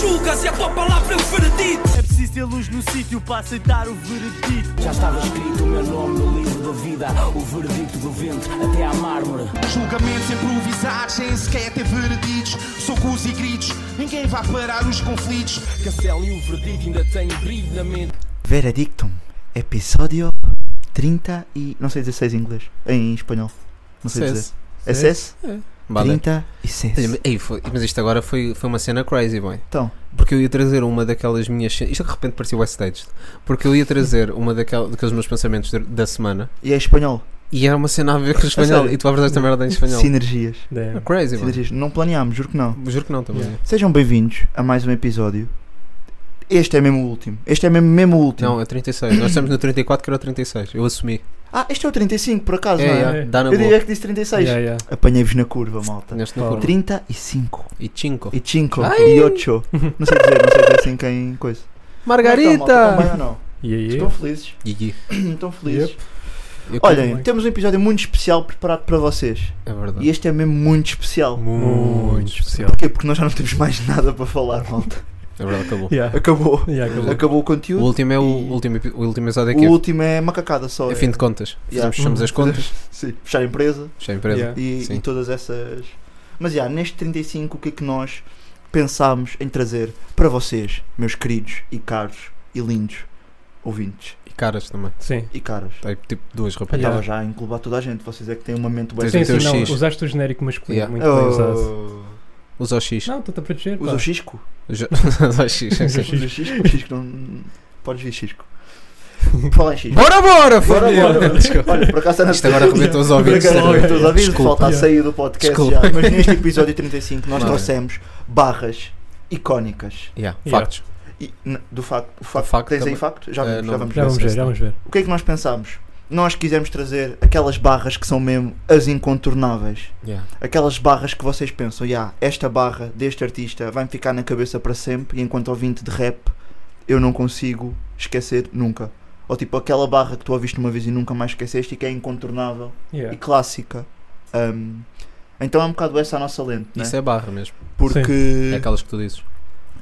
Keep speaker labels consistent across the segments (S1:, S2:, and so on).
S1: julgas e a tua palavra é o veredito.
S2: É preciso ter luz no sítio para aceitar o veredito.
S3: Já estava escrito o meu nome no livro da vida, o veredito do vento até à mármore.
S4: Julgamentos improvisados, sem sequer ter vereditos. Socos e gritos, ninguém vai parar os conflitos.
S5: Castelo e o veredito ainda têm brilho na mente.
S6: Veredictum, episódio 30 e. não sei dizer 6 em inglês. Em espanhol. Não sei dizer. É SS?
S7: Vale.
S6: 36.
S7: Ei, foi- mas isto agora foi, foi uma cena crazy, boy.
S6: Então,
S7: Porque eu ia trazer uma daquelas minhas. ce- Isto de repente parecia o staged. Porque eu ia trazer uma daquel, daqueles meus pensamentos de- da semana
S6: e é espanhol.
S7: e era uma cena a ver com o espanhol.
S6: sério?
S7: E tu vais fazer esta merda em espanhol.
S6: Sinergias.
S7: É Crazy, boy.
S6: Sinergias. Não planeámos, juro que não.
S7: Juro que não também.
S6: Sejam bem-vindos a mais um episódio. Este é mesmo o último. Este é mesmo, mesmo o último.
S7: Não, é 36. Nós estamos no 34, que era o 36. Eu assumi.
S6: Ah, este é o 35, por acaso,
S7: É,
S6: não é?
S7: é, dá na
S6: Eu diria
S7: boa.
S6: que disse 36.
S5: yeah.
S6: Apanhei-vos na curva, malta.
S7: Neste na curva.
S6: 35
S7: E 5.
S6: e 5 e 8. Não sei dizer, não sei dizer assim quem coisa. Então, malta, Estão bem ou não?
S5: E aí?
S6: Estão felizes?
S7: Gigi.
S6: Estão felizes?
S7: Eu quero-
S6: Olhem, temos um episódio muito especial preparado para vocês.
S7: É
S6: E
S7: verdade.
S6: este é mesmo muito especial.
S5: Muito especial.
S6: Porquê? Porque nós já não temos mais nada para falar, malta.
S7: É verdade, acabou.
S5: Yeah.
S6: Acabou.
S5: Yeah, acabou.
S6: Acabou o
S7: O
S6: conteúdo.
S7: último é o,
S6: E-
S7: último, epi- o último episódio
S6: O
S7: aqui.
S6: último é macacada só.
S7: A
S6: é-
S7: fim de contas.
S6: Yeah.
S7: Fazemos- Fechamos as contas.
S6: Sim, fechar a empresa
S7: Fechar a empresa.
S5: Yeah.
S6: e,
S7: Sim.
S6: e todas essas. Mas já, neste 35, o que é que nós pensámos em trazer para vocês, meus queridos e caros e lindos ouvintes
S7: E caras também.
S8: Sim.
S6: e caras?
S7: Tá aí, tipo duas
S6: Eu
S7: rapazes.
S6: estava
S8: Yeah.
S6: já a englobar toda a gente, vocês é que têm uma mente boa.
S7: Tens
S8: Sim,
S7: o teu
S8: sim, não,
S7: X.
S8: usaste o genérico masculino,
S7: Yeah.
S8: muito bem usado.
S7: Usa o X.
S8: Não, estou-te a proteger,
S6: Oh. Usa
S8: pá.
S6: o Xisco?
S7: Jo- Usa o X.
S8: Usa
S7: ok.
S8: o X. Xisco.
S6: Usa o Xisco? O Xisco não. Podes vir Xisco. Fala em Xisco.
S7: Bora, bora,
S6: Bora,
S7: família!
S6: bora. Olha, por acaso era
S7: Isto agora arrebentou os ouvidos. tá
S6: Por acaso arrebentou os ouvidos,
S7: Desculpa.
S6: falta tá a sair do podcast
S7: Desculpa.
S6: já. Mas neste episódio 35 nós
S7: Claro.
S6: trouxemos barras icónicas.
S7: Yeah,
S8: Yeah.
S7: Factos.
S6: E, n- do facto, o facto,
S7: facto
S6: tens aí
S7: também.
S6: facto? Já,
S7: Eh,
S6: vimos,
S7: não.
S6: já vamos
S8: Já
S6: ver.
S8: vamos ver, já vamos ver.
S6: O que é que nós pensámos? Nós quisemos trazer aquelas barras que são mesmo as incontornáveis.
S7: Yeah.
S6: Aquelas barras que vocês pensam, "Ya, esta barra deste artista vai-me ficar na cabeça para sempre e enquanto ouvinte de rap eu não consigo esquecer nunca. Ou tipo aquela barra que tu ouviste uma vez e nunca mais esqueceste e que é incontornável e
S8: Yeah.
S6: clássica. Ahm, então é um bocado essa a nossa lente, né?
S7: Isso é barra mesmo.
S6: porque
S7: É aquelas que tu dizes.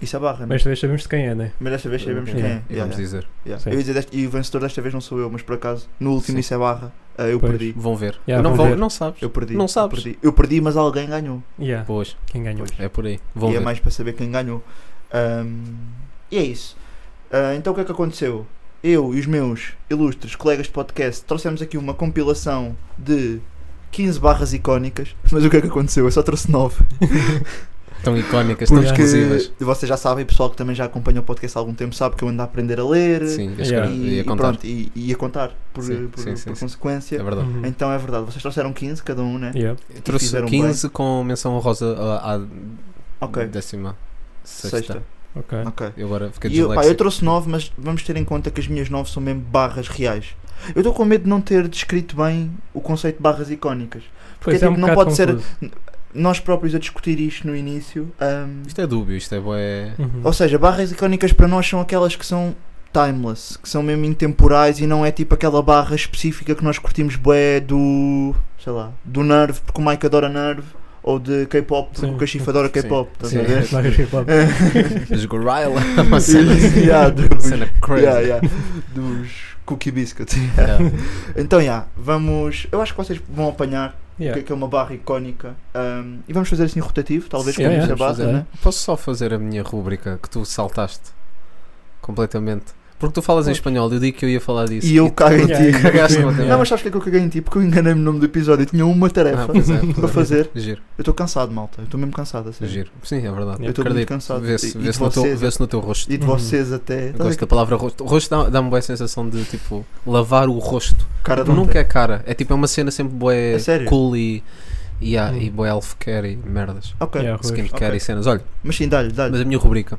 S6: isso é barra, né?
S8: Mas talvez sabemos de quem é, né?
S6: mas desta vez sabemos
S7: Yeah.
S6: quem é.
S8: Yeah.
S7: E
S6: Yeah,
S7: vamos dizer.
S6: yeah.
S8: Sim.
S6: Eu ia dizer desta- e o vencedor desta vez não sou eu, mas por acaso no último
S7: Sim.
S6: isso é barra, ah, eu
S8: Pois.
S6: perdi.
S7: Vão ver.
S8: Yeah,
S7: não,
S8: vão
S7: vão,
S8: ver.
S7: não sabes.
S6: Eu perdi.
S7: Não sabes.
S6: Eu perdi, Eu perdi, mas alguém ganhou.
S8: Yeah.
S7: Pois,
S8: Quem ganhou?
S7: é por aí. Vão
S6: e
S7: ver.
S6: é mais para saber quem ganhou. Ahm, e é isso. Ah, então o que é que aconteceu? Eu e os meus ilustres colegas de podcast trouxemos aqui uma compilação de 15 barras icónicas, mas o que é que aconteceu? Eu só trouxe 9.
S7: Tão icónicas, tão exclusivas.
S6: Porque vocês já sabem, o pessoal que também já acompanha o podcast há algum tempo sabe que eu ando a aprender a ler
S7: Sim, acho que era-
S8: Yeah.
S6: e,
S7: ia
S6: e
S7: contar.
S6: pronto, e, e a contar por,
S7: Sim,
S6: por-
S7: sim, sim,
S6: por
S7: sim.
S6: consequência.
S7: É verdade.
S8: Uhum.
S6: Então é verdade, vocês trouxeram 15 cada um, né?
S8: Yeah.
S7: Eu Trouxe
S6: fizeram
S7: 15 com menção rosa à, à
S6: Ok,
S7: décima sexta.
S6: sexta.
S8: Ok.
S6: Ok.
S7: Eu agora fiquei
S6: E eu, pá, eu
S7: disléxico.
S6: trouxe 9, mas vamos ter em conta que as minhas 9 são mesmo barras reais. Eu estou com medo de não ter descrito bem o conceito de barras icónicas.
S8: Pois
S6: tipo,
S8: é um
S6: não
S8: bocado
S6: pode ser-
S8: confuso.
S6: Nós próprios a discutir isto no início. ahm,
S7: Isto é dúbio, isto é bué.
S8: Uhum.
S6: ou seja, barras icónicas para nós são aquelas que são timeless, que são mesmo intemporais e não é tipo aquela barra específica que nós curtimos bué do. sei lá, do Nerve, porque o Mike adora Nerve, ou de K-pop, porque
S8: Sim.
S6: o Cachif adora K-pop. Estás
S7: Sim.
S6: a ver?
S8: Vai ver, pá.
S7: Os gorila. Uma cena assim.
S6: Yeah,
S7: Uma
S6: dos,
S7: cena crazy.
S6: yeah, yeah, dos Cookie Biscuits.
S7: Yeah.
S6: Então, já, vamos. Eu acho que vocês vão apanhar o que é
S8: Yeah.
S6: que é uma barra icónica um, e vamos fazer assim rotativo, talvez,
S8: Sim,
S6: como
S8: é,
S6: disse a
S7: vamos
S6: barra,
S7: fazer.
S6: né?
S7: Posso só fazer a minha rúbrica que tu saltaste completamente? Porque tu falas em
S8: Podes.
S7: espanhol, eu digo que eu ia falar disso.
S6: E eu
S7: tu
S6: cago em
S8: Yeah,
S6: ti.
S8: yeah.
S7: cagaste no
S8: Yeah.
S7: tema.
S6: Não, mas sabes o que é que eu caguei em ti? Porque eu enganei-me no nome do episódio. Eu tinha uma tarefa
S7: Ah, pois é, pois
S6: para
S7: é.
S6: fazer.
S7: Giro,
S6: Eu estou cansado, malta. Eu estou mesmo cansado, assim.
S7: giro. Sim, é verdade.
S6: Eu estou muito
S7: Acredito.
S6: cansado. E-
S7: Vê-se
S6: e
S7: vê-se
S6: de
S7: no, teu-
S6: vocês-
S7: vê-se no teu rosto.
S6: E de vocês até.
S7: Uhum. Eu
S6: Estás a ver
S7: Gosto da palavra rosto. Rosto dá- dá-me boa sensação de tipo lavar o rosto.
S6: que cara de
S7: Nunca
S6: ontem?
S7: é cara. É tipo é uma cena sempre boé
S6: Tá É sério?
S7: cool e, e, há-
S8: Hum.
S7: e boé elf care e merdas.
S6: Ok.
S8: Yeah, rosto.
S7: Skincare
S6: Ok.
S7: e cenas. Olha,
S6: Mas sim, dá-lhe, dá-lhe.
S7: Mas a minha rubrica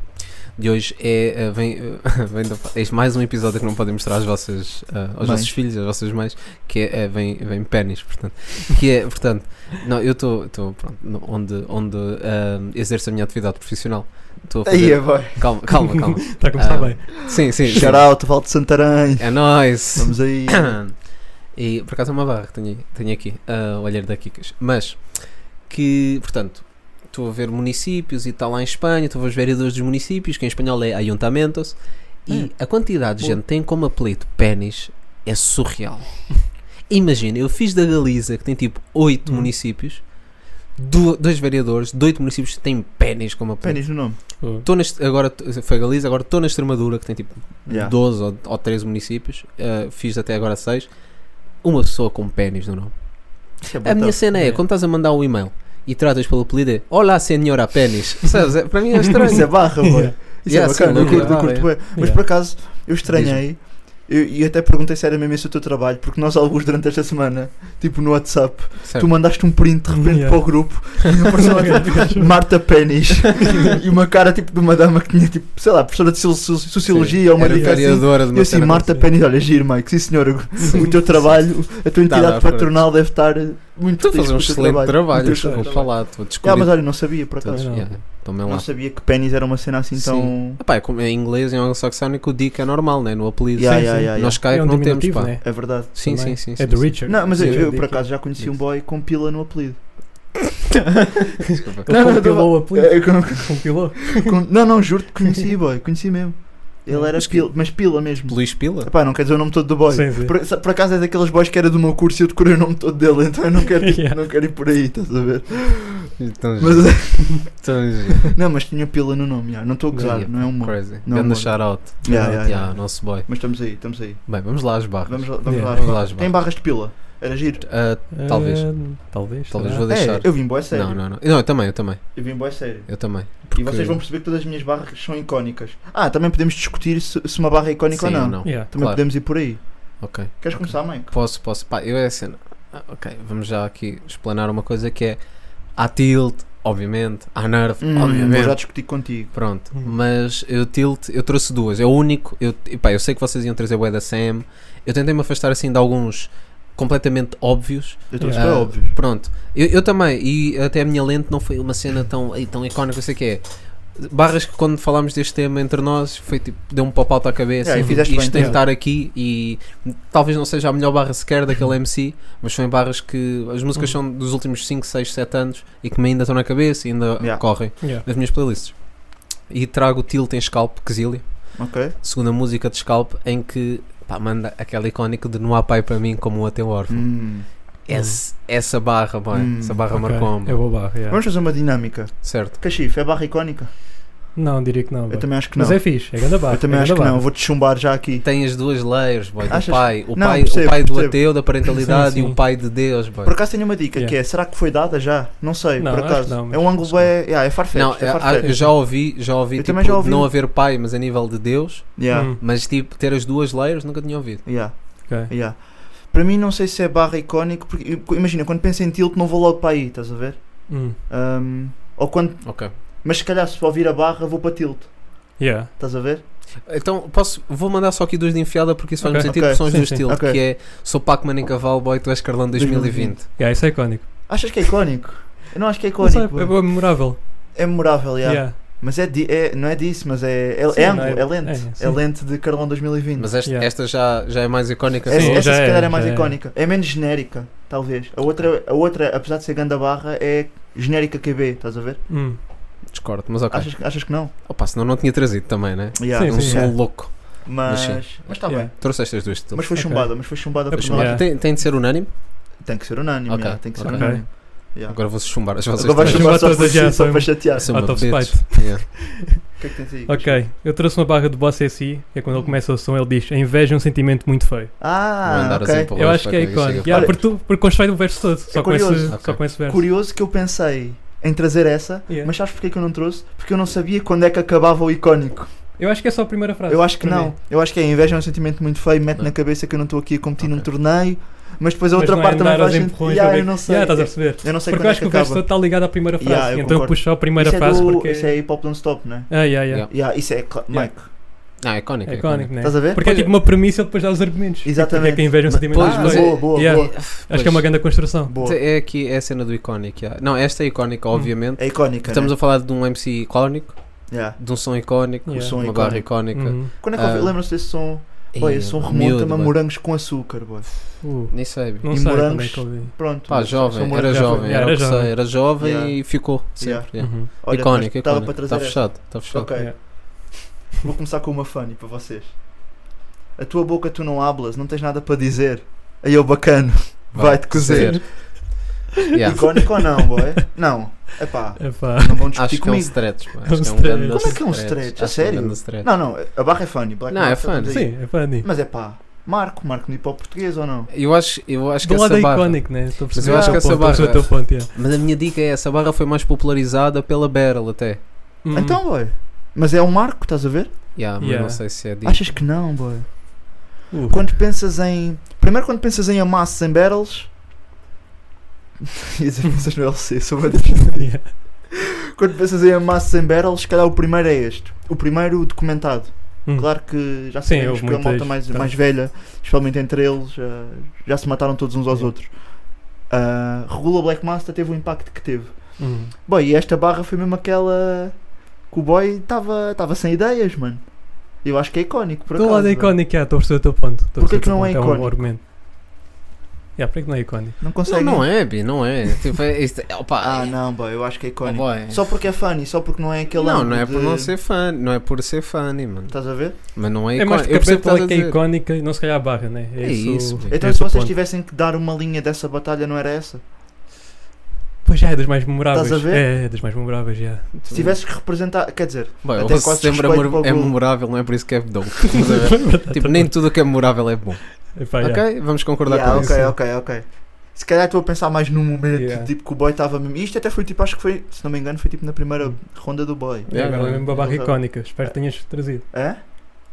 S7: de hoje é. eh, vem, eh, vem da, é mais um episódio que não podem mostrar às vossas, eh, aos
S6: Mães.
S7: vossos filhos, às vossas mães, que é. eh, vem, vem pênis, portanto. Que é, portanto. Não, eu estou. Pronto, no- onde, onde eh, exerço a minha atividade profissional. Estou a
S6: Aí
S7: fazer.
S6: é, vai.
S7: Calma, calma, calma.
S8: Está Tá a começar
S7: Ah,
S8: bem.
S7: Sim, sim. sim.
S6: Shout out, Valde Santarém.
S7: É nóis!
S6: Vamos aí.
S7: E por acaso é uma barra que tenho, tenho aqui, ah, o olhar da Kikas. Mas, que, portanto, estou a ver municípios e tal lá em Espanha, estou a ver os vereadores dos municípios, que em espanhol é ayuntamentos, e a quantidade de gente que tem como apelido pênis é surreal. Imagina, eu fiz da Galiza, que tem tipo 8
S8: Hum.
S7: municípios, du- dois vereadores de 8 municípios que têm pênis como apelido.
S6: Pênis no nome.
S8: Pô.
S7: Tô na Est- agora t- foi a Galiza, agora estou na Extremadura, que tem tipo
S6: Yeah.
S7: 12 ou, ou 13 municípios, eh, fiz até agora 6. Uma pessoa com pênis no nome.
S6: Isso é
S7: A
S6: brutal.
S7: minha cena é, quando estás a mandar um e-mail e tratas pelo apelido, é, Olá, senhora pênis. Sabes? É, para mim é estranho.
S6: Isso é barra, boy. Isso é
S7: Yeah,
S6: bacana,
S7: sim,
S6: eu
S7: é
S6: curto, eu
S7: barra,
S6: curto
S7: é.
S6: bué. Mas
S8: Oh. Yeah.
S6: por acaso, eu estranhei eu- e até perguntei se era mesmo esse o teu trabalho, porque nós, alguns durante esta semana, tipo no WhatsApp,
S7: Certo.
S6: tu mandaste um print de repente
S8: Yeah.
S6: para o grupo e apareceu
S8: é
S6: lá
S8: um
S6: tipo, Marta Pênis e uma cara tipo de uma dama que tinha tipo, sei lá, professora de soci- soci- sociologia ou uma
S7: Era
S6: dica assim.
S7: vereadora de
S6: E eu
S7: uma
S6: assim,
S7: cena
S6: Marta
S8: dessa.
S6: Pênis, olha, giro, Mike, sim senhora, o- o teu trabalho, a tua
S7: Tá,
S6: entidade
S7: dá,
S6: patronal deve estar muito
S7: Estou a
S6: feliz
S7: fazer um
S6: com o teu
S7: excelente trabalho,
S6: Muito
S7: desculpa
S6: excelente.
S7: lá, estou a
S6: Ah, mas
S7: descobrir.
S6: olha, não sabia por acaso.
S8: Não.
S7: Yeah, Também lá.
S6: Não sabia que pênis era uma cena assim
S7: Então, Sim.
S6: tão.
S7: Epá, é como em inglês, em anglo-saxónico, o dick é normal, né? No apelido.
S6: Yeah,
S8: Sim,
S6: yeah,
S8: sim.
S6: yeah,
S7: Nós
S6: yeah.
S7: cá é,
S8: é
S7: que
S8: um
S7: não temos,
S8: diminutivo,
S7: pá.
S8: né?
S6: É verdade.
S7: Sim,
S8: Também.
S7: sim, sim.
S8: É
S7: sim,
S8: do
S7: sim.
S8: Richard.
S6: Não, mas eu,
S8: Sim.
S6: eu, por acaso já conheci um boy com pila no apelido.
S7: Desculpa.
S8: Ele
S6: Não, não,
S8: compilou o apelido.
S6: É, com-
S8: Compilou.
S6: com- não, não, juro que conheci, boy, conheci mesmo. Ele era
S7: Mas que-
S6: pila, mas pila mesmo.
S7: Luís Pila?
S6: Epá, não quer dizer o nome todo do boy.
S8: Sim, sim.
S6: Por, sa- por acaso é daqueles boys que era do meu curso e eu decorei o nome todo dele, então eu não quero, tipo,
S8: Yeah.
S6: não quero ir por aí, estás a ver?
S7: Então,
S6: Mas,
S7: então, yeah,
S6: não, mas tinha pila no nome, já, não estou a gozar,
S7: Yeah.
S6: não é um humor.
S7: crazy.
S6: Não,
S7: Ganda
S6: mano.
S7: shout-out.
S6: Yeah,
S7: Yeah,
S6: yeah, yeah.
S7: nosso boy.
S6: Mas estamos aí, estamos aí.
S7: Bem, vamos lá às barras.
S6: Vamos, lá- vamos
S8: Yeah.
S6: lá.
S7: Vamos lá às
S6: Tem
S7: barras.
S6: barras de pila, era giro.
S7: Ah, Talvez.
S8: Ah, Talvez.
S7: talvez
S8: será?
S7: vou deixar.
S6: É, eu vim boé sério.
S7: Não, não, não. Não, eu também, eu também.
S6: Eu vim boé sério.
S7: Eu também.
S6: E vocês vão perceber que todas as minhas barras são icónicas. Ah, também podemos discutir se, se uma barra é icónica
S7: Sim
S6: ou não.
S7: ou não.
S8: Yeah.
S6: Também
S7: Claro.
S6: podemos ir por aí.
S7: Ok.
S6: Queres começar, Mike?
S7: Posso, posso. Pá, eu é a cena. Ah, ok, vamos já aqui explanar uma coisa que é. Há tilt, obviamente. Há nerf,
S6: Hum,
S7: obviamente.
S6: vou já discutir contigo.
S7: Pronto,
S8: Hum.
S7: mas eu tilt, eu trouxe duas. É o único, eu, epá, eu sei que vocês iam trazer o da Sam. Eu tentei me afastar assim de alguns completamente óbvios.
S6: Eu trouxe
S7: Ah,
S6: para óbvio.
S7: Pronto, eu, eu também, e até a minha lente não foi uma cena tão, ei, tão icónica, eu sei que é. Barras que quando falámos deste tema entre nós foi tipo, deu um pop-out à cabeça
S6: Yeah, É, e
S7: e
S6: fizeste
S7: isto
S6: bem,
S7: tem
S6: yeah.
S7: que estar aqui e talvez não seja a melhor barra sequer daquele MC, mas são em barras que as músicas são dos últimos 5, 6, 7 anos e que me ainda estão na cabeça e ainda
S6: Yeah.
S7: correm
S8: Yeah.
S7: nas minhas playlists. E trago o Tilt em Scalp, Quesilio,
S6: Ok.
S7: segunda música de Scalp, em que pá, manda aquela icónica de Não há pai para mim como um ateu órfão.
S6: Hum.
S7: Esse- essa barra, boy,
S6: Hum,
S7: essa barra
S8: Ok,
S7: marcou-me.
S8: Eu vou lá. yeah.
S6: Vamos fazer uma dinâmica.
S7: Certo.
S6: Cachif, é barra icónica?
S8: Não, diria que não.
S6: Eu
S8: boy.
S6: também acho que não.
S8: Mas é fixe. É grande barra.
S6: Eu também
S8: é
S6: acho que
S8: grande
S6: não.
S8: barra.
S6: Vou-te chumbar já aqui.
S7: Tem as duas layers, boy, do
S6: Achas-
S7: pai. O,
S6: Não,
S7: pai,
S6: percebo,
S7: o pai do
S6: percebo.
S7: ateu, da parentalidade
S8: Sim, sim.
S7: e o pai de Deus, boy.
S6: Por acaso tenho uma dica
S8: Yeah.
S6: que é: será que foi dada já? Não sei,
S8: Não,
S6: por
S8: acho
S6: acaso.
S8: que não, mas-
S6: é um ângulo é, yeah, é farfetch.
S7: Não, ah,
S6: é
S7: a- a-
S6: farfetch.
S7: eu já ouvi, já ouvi,
S6: Eu
S7: tipo,
S6: também já ouvi.
S7: não haver pai, mas a nível de Deus,
S6: Yeah,
S8: Hum,
S7: mas tipo, ter as duas layers nunca tinha ouvido.
S6: yeah,
S8: ok.
S6: yeah. Para mim, não sei se é barra icónico, porque imagina, quando penso em tilt, não vou logo para aí, estás a ver?
S8: Hum,
S6: Ahm, ou quando,
S7: Ok.
S6: mas se calhar, se ouvir a barra, vou para tilt,
S8: Yeah.
S6: estás a ver?
S7: Então, posso, vou mandar só aqui duas de enfiada porque isso faz
S8: Ok.
S7: muito sentido,
S6: Ok,
S7: porque são os
S8: sim,
S7: dois
S8: sim.
S7: estilos,
S6: Ok.
S7: que é sou Pac-Man em cavalo, boy, tu és Carlão 2020.
S8: Yeah, isso é icónico.
S6: Achas que é icónico? Eu não acho que é
S8: Não sei,
S6: icónico.
S8: é, é memorável.
S6: É memorável, yeah.
S8: Yeah.
S6: Mas é, di- é- não é disso, mas é, é,
S8: Sim,
S6: é
S8: não
S6: ângulo,
S8: é-
S6: é lente.
S8: é, sim.
S6: É, lente de Carlão 2020.
S7: Mas esta,
S8: Yeah.
S7: esta já, já é mais icónica.
S6: Essa,
S8: Sim,
S6: essa
S8: já
S6: se
S8: é,
S6: calhar é mais
S8: já é.
S6: icónica. É menos genérica, talvez. A outra, a outra, apesar de ser ganda barra, é genérica QB, estás a ver?
S8: Hum.
S7: Discordo, mas ok.
S6: Achas, achas que não?
S7: Opa, senão não tinha trazido também, né?
S6: Yeah.
S8: Sim,
S7: Não
S8: sim.
S7: sou
S8: é.
S7: um louco. Mas tá
S6: Mas está
S8: Yeah.
S6: bem.
S7: Trouxe estas duas estilos.
S6: Mas foi
S8: Ok.
S6: chumbada, mas foi chumbada por
S8: Foi
S6: nós.
S8: chumbada. Yeah.
S7: Tem, tem de ser unânime?
S6: Tem que ser unânime,
S7: Ok,
S6: yeah, tem que ser
S7: ok.
S6: unânime. Yeah.
S7: Agora vou-se chumbar as vossas
S6: Agora vais
S8: Vai
S7: três.
S6: chumbar
S8: chumbar
S6: só
S8: todas
S6: para,
S8: já,
S6: só
S8: só-
S6: para chatear.
S7: Sou uma
S8: Out of
S7: bitch. Yeah.
S6: O que é que tens aí?
S8: Ok, eu trouxe uma barra do Boss SI, que é quando ele começa o som, ele diz: A inveja é um sentimento muito feio.
S7: Vou
S6: Ah,
S7: andar assim
S6: ok.
S7: para
S8: eu
S7: longe
S8: acho
S7: para
S8: que é
S7: ninguém chegue
S8: icónico.
S7: perto.
S8: Yeah, porque, tu, porque constrói o verso todo, só, com, esse,
S6: É curioso.
S8: só com esse verso.
S6: Curioso que eu pensei em trazer essa,
S8: Yeah.
S6: mas sabes porquê que eu não trouxe? Porque eu não sabia quando é que acabava o icónico.
S8: Eu acho que é só a primeira frase.
S6: Eu acho que
S8: para
S6: não.
S8: mim.
S6: Eu acho que a inveja é um sentimento muito feio, mete na
S7: Não.
S6: cabeça que eu não estou aqui a competir num
S7: Ok.
S6: torneio, mas depois a
S8: Mas
S6: outra
S8: não é
S6: parte também
S8: andar
S6: vai
S8: aos
S6: gente.
S8: empurrões,
S6: Yeah,
S8: a ver-
S6: eu não sei.
S8: Yeah, estás a perceber?
S6: Eu não sei
S8: Porque eu
S6: quando é
S8: acho
S6: que
S8: que o verso todo
S6: acaba.
S8: está ligado à primeira frase.
S6: Yeah, eu
S8: então
S6: concordo.
S8: eu puxo só a primeira
S6: Isso é,
S8: frase
S6: do,
S8: porque.
S6: isso é hip hop don't stop, não é?
S8: Ah, yeah, yeah.
S6: Yeah, isso é cla-
S8: Yeah.
S6: Mike.
S7: Ah, icónico.
S8: É icónico, né?
S6: Estás a ver?
S8: Porque é tipo uma premissa e depois dá os argumentos.
S6: Exatamente.
S8: Porque é que a inveja é um sentimento
S7: Pois,
S8: muito
S6: Ah,
S7: mas
S8: feio.
S6: boa, boa,
S8: Yeah.
S6: boa.
S8: Acho que é uma grande construção.
S6: Boa.
S7: É aqui, é a cena do icónico. yeah. Não, esta é icónica, obviamente.
S6: É icónica.
S7: Estamos
S6: né?
S7: a falar de um MC icónico,
S6: Yeah.
S7: de um som icónico,
S8: Yeah.
S6: som
S7: uma
S6: icónico.
S7: barra icónica.
S8: Uhum.
S6: Quando é que ouvi-
S7: Ah.
S6: lembram-se desse som? Boy,
S7: Ei,
S6: esse som
S7: meu
S6: remonta-me a
S7: miúdo, boy.
S6: morangos com açúcar, boy.
S8: Uh,
S7: Nem sei. bro.
S8: não
S6: E
S8: sei como é
S6: morangos?
S8: que eu vi.
S6: Pronto.
S7: Pá, jovem,
S6: são
S7: era
S8: já
S7: jovem,
S8: foi-
S7: era,
S8: era
S7: o que
S8: jovem.
S7: sei, era jovem
S6: Yeah.
S7: e ficou
S6: Yeah.
S7: sempre. yeah.
S8: Uhum.
S6: Olha,
S7: Icónico,
S6: mas estava
S7: icónico.
S6: para trazer
S7: Está
S6: esta.
S7: fechado, está fechado.
S6: Ok,
S8: Yeah.
S6: é. vou começar com uma funny para vocês. A tua boca tu não hablas, não tens nada para dizer. Aí eu bacano, vai-te cozer.
S7: Yeah.
S6: Icónico ou não, boy? Não, epá,
S8: Epá.
S6: não vão discutir
S7: Acho que é um
S6: comigo.
S7: stretch, pá.
S8: É um
S7: Acho que é um
S8: stretch.
S7: grande
S6: Como é que é um stretch? A
S7: Acho que é um
S6: sério?
S7: grande stretch.
S6: Não, não, a barra é funny. Black
S7: Não, é
S6: Mamba,
S7: funny.
S6: estamos aí.
S8: Sim, é funny.
S6: Mas é pá, Marco, Marco-me para o português ou não?
S7: Eu acho, eu acho que
S8: Do lado
S7: essa
S8: é
S7: barra.
S8: icónico, né? Estou a perceber
S6: eu acho
S8: o
S6: que
S7: essa
S8: teu ponto, estou a perceber o teu ponto, yeah.
S7: Mas a minha dica é essa barra foi mais popularizada pela Beryl até.
S8: Hum.
S6: Então, boy, mas é o Marco, estás a ver?
S7: Yeah, mas
S8: Yeah.
S7: não sei se é dica.
S6: Achas que não, boy?
S8: Uh,
S6: Quando pensas em. Primeiro, quando pensas em amassos em battles. Ia dizer pensas no LC, sou uma
S8: yeah.
S6: Quando pensas em amassos em battles, se calhar o primeiro é este. O primeiro documentado.
S8: Hum.
S6: Claro que já
S8: Sim,
S6: sabemos
S8: houve
S6: que a
S8: muito
S6: malta
S8: isto,
S6: mais,
S8: tá.
S6: mais velha, especialmente entre eles, já, já se mataram todos uns aos
S8: Yeah.
S6: outros. Ah, Regula Black Master teve o impacto que teve.
S8: Hum.
S6: Boy, e esta barra foi mesmo aquela que o boy estava sem ideias, mano. Eu acho que é icónico, por
S8: Do
S6: acaso.
S8: lado é icónico, yeah, estou a perceber o teu ponto. estou a
S6: Porquê
S8: perceber o
S6: que
S8: teu
S6: não é
S8: ponto, um
S6: icónico?
S8: argumento. Yeah, porquê que não é icónico?
S6: Não consegue.
S7: Não, não é, Bi, não é. Tipo, é, isto, opa,
S6: Ah, não, boy, eu acho que é
S7: oh,
S6: icónico.
S7: boy.
S6: Só porque é funny, só porque não é aquele
S7: Não,
S6: ângulo
S7: não é por
S6: de-
S7: não ser fã, não é por ser fã, mano.
S6: Estás a ver?
S7: Mas não é
S8: É
S7: icónico.
S8: mais porque
S7: Eu
S8: a
S7: percebo o que
S8: pessoa
S7: estás a
S8: que é
S7: dizer.
S8: icónica, não se calhar a barra, né?
S7: É isso,
S8: o-
S7: Bi.
S6: Então,
S8: esse
S6: se
S8: o
S6: vocês
S8: ponto.
S6: tivessem que dar uma linha dessa batalha, não era essa?
S8: Pois já é das mais memoráveis.
S6: Estás a ver?
S8: É, é das mais memoráveis, já.
S6: Se tivesses que representar. Quer dizer,
S7: Bem,
S6: Até
S7: o
S6: quase um.
S7: setembro é,
S6: respeito
S7: memo-
S6: para o
S7: é
S6: Google.
S7: memorável, não é por isso que é bom. Estás a
S8: Tá,
S7: ver? tipo, nem tudo o que é memorável é bom.
S8: Epá, já.
S7: Ok? Vamos concordar
S6: yeah,
S7: com
S6: ok, ok, ok. Se calhar estou a pensar mais num momento,
S8: Yeah.
S6: tipo, que o boy estava mesmo. Isto até foi tipo, acho que foi, se não me engano, foi tipo na primeira
S8: Hum.
S6: ronda do boy.
S8: E agora
S7: Yeah,
S8: lembro-me da barra
S6: yeah.
S8: icónica. Espero que tenhas trazido.
S6: É?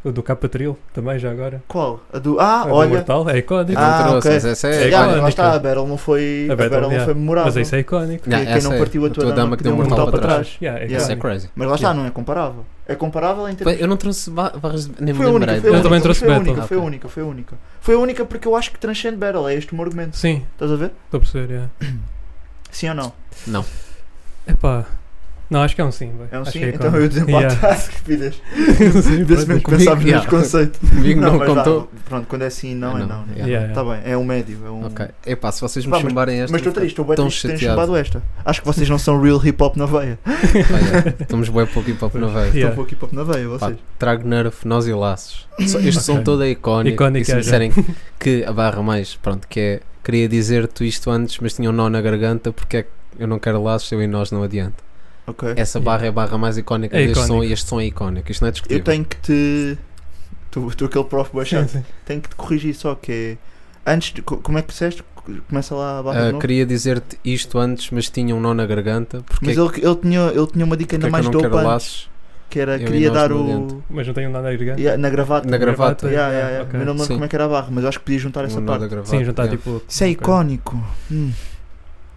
S8: O do Capa Tril, também já agora.
S6: Qual? A do. Ah,
S8: É do
S6: olha.
S8: Mortal, é icónico.
S7: isso.
S6: Ah,
S7: não trouxe,
S6: ok.
S7: mas essa é
S8: É
S6: Yeah,
S7: icónica.
S6: lá
S8: icónico.
S6: está, a Battle não foi. A
S8: A
S6: Battle,
S8: Battle,
S6: não
S8: yeah.
S6: foi memorável.
S8: Mas isso é icónico.
S7: Yeah,
S6: quem não
S7: essa é-
S6: partiu a tua dama que deu um mortal para trás.
S8: Yeah, é
S6: Yeah.
S7: Essa é
S8: icónico.
S7: crazy.
S6: Mas lá está, não é comparável. É comparável em termos.
S7: Bem, Eu não trouxe ba- barras, de- nem me
S6: Foi a única,
S7: lembrei.
S6: foi a
S8: Eu
S6: única,
S8: também trouxe
S6: foi a
S8: Battle.
S6: única, foi a única, foi a única. Foi a única porque eu acho que transcende Battle, é este o meu argumento.
S8: Sim,
S6: Estás a ver?
S8: estou a perceber, yeah.
S6: Sim ou não?
S8: Epá. Não, acho que é um sim, vai.
S6: É um
S8: Acho
S6: sim,
S8: que
S6: então eu desempate
S8: Yeah.
S6: yeah. que vidas.
S8: Sim,
S6: Vê-se
S8: pode-
S6: mesmo que pensávamos
S7: yeah.
S6: neste conceito.
S7: Comigo não
S6: mas dá,
S7: contou.
S6: pronto, quando é assim, não,
S7: Ah,
S6: é
S7: não.
S6: não.
S7: Yeah.
S6: Né?
S8: Yeah, yeah.
S6: Tá bem, é um médio. É um...
S7: Ok. Epá, se vocês me
S6: Pá, mas-
S7: chumbarem esta.
S6: Mas estou triste, estou bem
S7: tão
S6: triste que tenhas
S7: chateado.
S6: chupado esta. Acho que vocês não são real hip hop na veia. Então
S7: Pá, yeah, Estamos bem pouco hip hop na veia.
S6: Estão
S8: Yeah.
S6: pouco hip hop na veia,
S7: Pá,
S6: vocês.
S7: trago nerf, nós e laços. So- Este som
S8: Ok.
S7: todo é icónico.
S8: Icónico,
S7: e se
S8: é,
S7: me
S8: já.
S7: disserem que a barra mais, pronto, que é. Queria dizer-te isto antes, mas tinha um nó na garganta, porque é que eu não quero laços, eu e nós não adianta.
S6: Ok.
S7: Essa barra é a barra mais icónica
S8: É
S7: deste
S8: icónico.
S7: som e este som é icónico. Isto não é discutível.
S6: Eu tenho que te. Tu, tu aquele prof boa
S8: Sim,
S6: chato.
S8: sim.
S6: Tenho que te corrigir só que é. Antes de. co- Como é que disseste? Começa lá a barra de
S7: Ah,
S6: novo.
S7: queria dizer-te isto antes, mas tinha um nó na garganta, porque,
S6: Mas
S7: é que-
S6: ele, ele, tinha, ele tinha uma dica
S7: porque é
S6: ainda
S7: que
S6: mais
S7: eu não quero
S6: dopa antes,
S7: laços
S6: que era
S7: Eu e
S6: queria
S7: nós
S6: dar
S7: no
S6: o.
S7: adiante.
S8: Mas não tenho nada a agregar.
S6: Yeah, na gravata.
S7: na gravata.
S8: gravata.
S6: Yeah, yeah, yeah.
S8: É, Ok.
S6: Mas não me lembro
S7: Sim.
S6: como é que era a barra, mas eu acho que podia juntar essa
S7: um nó
S6: parte.
S7: da gravata,
S8: Sim, juntar
S7: yeah.
S8: tipo.
S6: Isso é
S8: ok.
S6: icónico. Hum.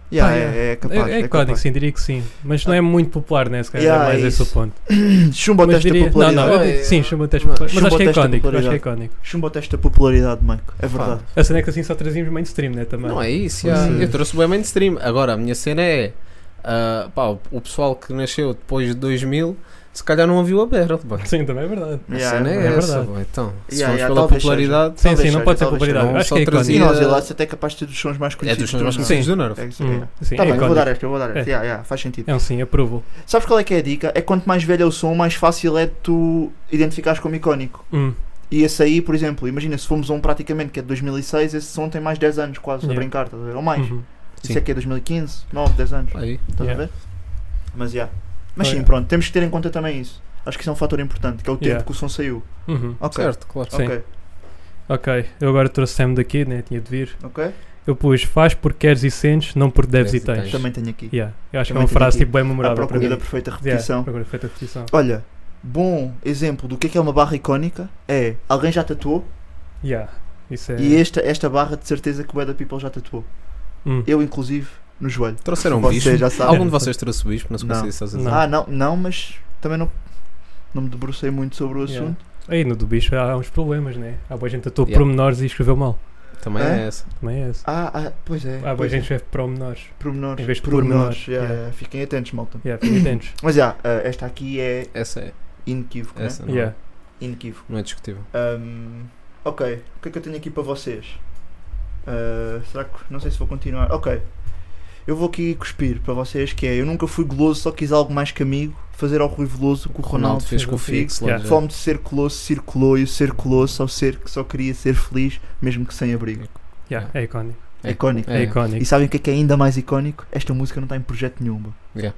S6: Yeah, é,
S8: Pá, yeah.
S6: é capaz. Ah.
S8: É, é icónico, sim, diria que sim. Mas não é muito popular, né? Se calhar
S6: Yeah,
S8: é mais
S6: é
S8: esse o
S6: isso.
S8: ponto.
S6: capaz. Chumba o
S8: Mas
S6: teste da
S8: diria. Não, não,
S6: popularidade.
S8: eu
S7: popularidade.
S8: digo- sim, chama o teste
S7: Mas-
S8: popularidade. Mas acho que é
S6: Chama o teste
S8: icónico.
S6: da
S8: Acho que é icónico.
S6: Chumba o teste da popularidade, Mike. É verdade.
S7: Pá,
S8: A cena é que assim só trazíamos mainstream, né? Também.
S7: Não é isso,
S8: Pois
S7: yeah.
S8: é.
S7: eu trouxe bem mainstream. Agora, a minha cena é. ah, pá, o o pessoal que nasceu depois de 2000 se calhar não ouviu a Battle. pá.
S8: Sim, também é verdade.
S7: A
S6: Yeah,
S7: cena é,
S8: é verdade.
S7: essa, pá. então. Se
S6: Yeah,
S7: formos
S6: yeah,
S7: pela
S6: talvez
S7: popularidade,
S8: Sim,
S6: Talvez
S8: sim, não
S6: seja,
S8: pode ser
S6: talvez
S8: popularidade.
S7: seja.
S8: Acho
S7: Não,
S8: que é
S7: só trazia-
S6: E
S8: icónico.
S6: nós, Elácio, até capaz de ter dos sons mais
S7: é
S6: conhecidos.
S7: dos meus mais
S6: não?
S7: conhecidos do Nerf.
S6: É isso,
S8: Hum,
S6: é.
S8: Sim,
S6: Tá
S8: é
S6: bem, eu vou dar
S8: icónico.
S6: esta, eu vou dar esta.
S8: É.
S6: Yeah, yeah, faz sentido.
S8: É um sim, aprovo.
S6: Sabes qual é que é a dica? É que quanto mais velho é o som, mais fácil é de tu identificares como icónico.
S8: Hum,
S6: E esse aí, por exemplo, imagina, se formos a um praticamente que é de 2006, esse som tem mais 10 anos quase, a
S8: Yeah.
S6: brincar, estás a ver? Ou mais.
S8: uhum.
S6: Isso
S7: Sim.
S6: é que é 2015, 9, 10 anos,
S7: Aí.
S6: estás
S8: Yeah.
S6: a ver? Mas, yeah. Mas
S8: Oh,
S6: sim,
S8: yeah.
S6: pronto, temos que ter em conta também isso. Acho que isso é um fator importante, que é o tempo
S8: Yeah.
S6: que o som saiu.
S8: Uhum.
S6: Ok,
S7: Certo, claro.
S8: Sim.
S6: ok,
S8: Ok, eu agora trouxe Sam daqui, né? Tinha de vir.
S6: ok.
S8: Eu pus faz porque queres e sentes, não porque deves e
S7: Deves e
S8: tens.
S7: tens.
S6: Também tenho aqui.
S8: Yeah. Eu acho que é
S6: Também
S8: uma
S6: tenho
S8: frase
S6: aqui.
S8: tipo, bem
S6: A
S8: memorável para
S6: procura
S8: mim.
S6: da perfeita repetição.
S8: Yeah, procura feita repetição.
S6: Olha, bom exemplo do que é que é uma barra icónica é alguém já tatuou
S8: Yeah. Isso é.
S6: e esta, esta barra de certeza que o Bad People já tatuou.
S8: Hum.
S6: Eu, inclusive, no joelho.
S7: Trouxeram um
S6: Vocês
S7: bispo.
S6: já sabem.
S7: Algum de vocês trouxe o bispo? Não sei
S6: Não.
S7: se estás a
S8: Não.
S7: dizer.
S6: Ah, não, não, mas também não, não me debrucei muito sobre o
S8: Yeah.
S6: assunto.
S8: Aí no do bicho há uns problemas, né? Há boa gente que atua
S7: Yeah.
S8: promenores e escreveu mal.
S7: Também
S6: Hã?
S7: é essa.
S8: Também é esse.
S6: Ah, ah, pois é.
S8: Há boa
S6: pois
S8: gente que
S6: é.
S8: escreve promenores.
S6: Pormenores.
S8: Em vez de pormenores,
S6: yeah,
S8: yeah.
S6: yeah, Fiquem atentos, malta.
S8: Yeah, fica atentos.
S6: Mas já, ah, esta aqui é
S7: Essa é.
S6: inequívoco,
S7: Essa
S6: né?
S7: não,
S8: yeah.
S6: Inequívoco.
S7: não é discutível.
S6: Ahm, Ok, o que é que eu tenho aqui para vocês? Ah, será que. Não sei se vou continuar. Ok. Eu vou aqui cuspir para vocês que é Eu nunca fui goloso, só quis algo mais que amigo. Fazer ao Rui Veloso o que o Ronaldo fez com o Figo.
S7: Fix.
S8: Yeah.
S7: logo.
S6: Fome de ser coloso circulou e o ser coloso só ser que só queria ser feliz, mesmo que sem abrigo.
S8: Yeah, é icónico.
S6: É icónico.
S8: É,
S7: É.
S8: icónico.
S6: E sabem o que é que é ainda mais icónico? Esta música não está em projeto nenhum. bro.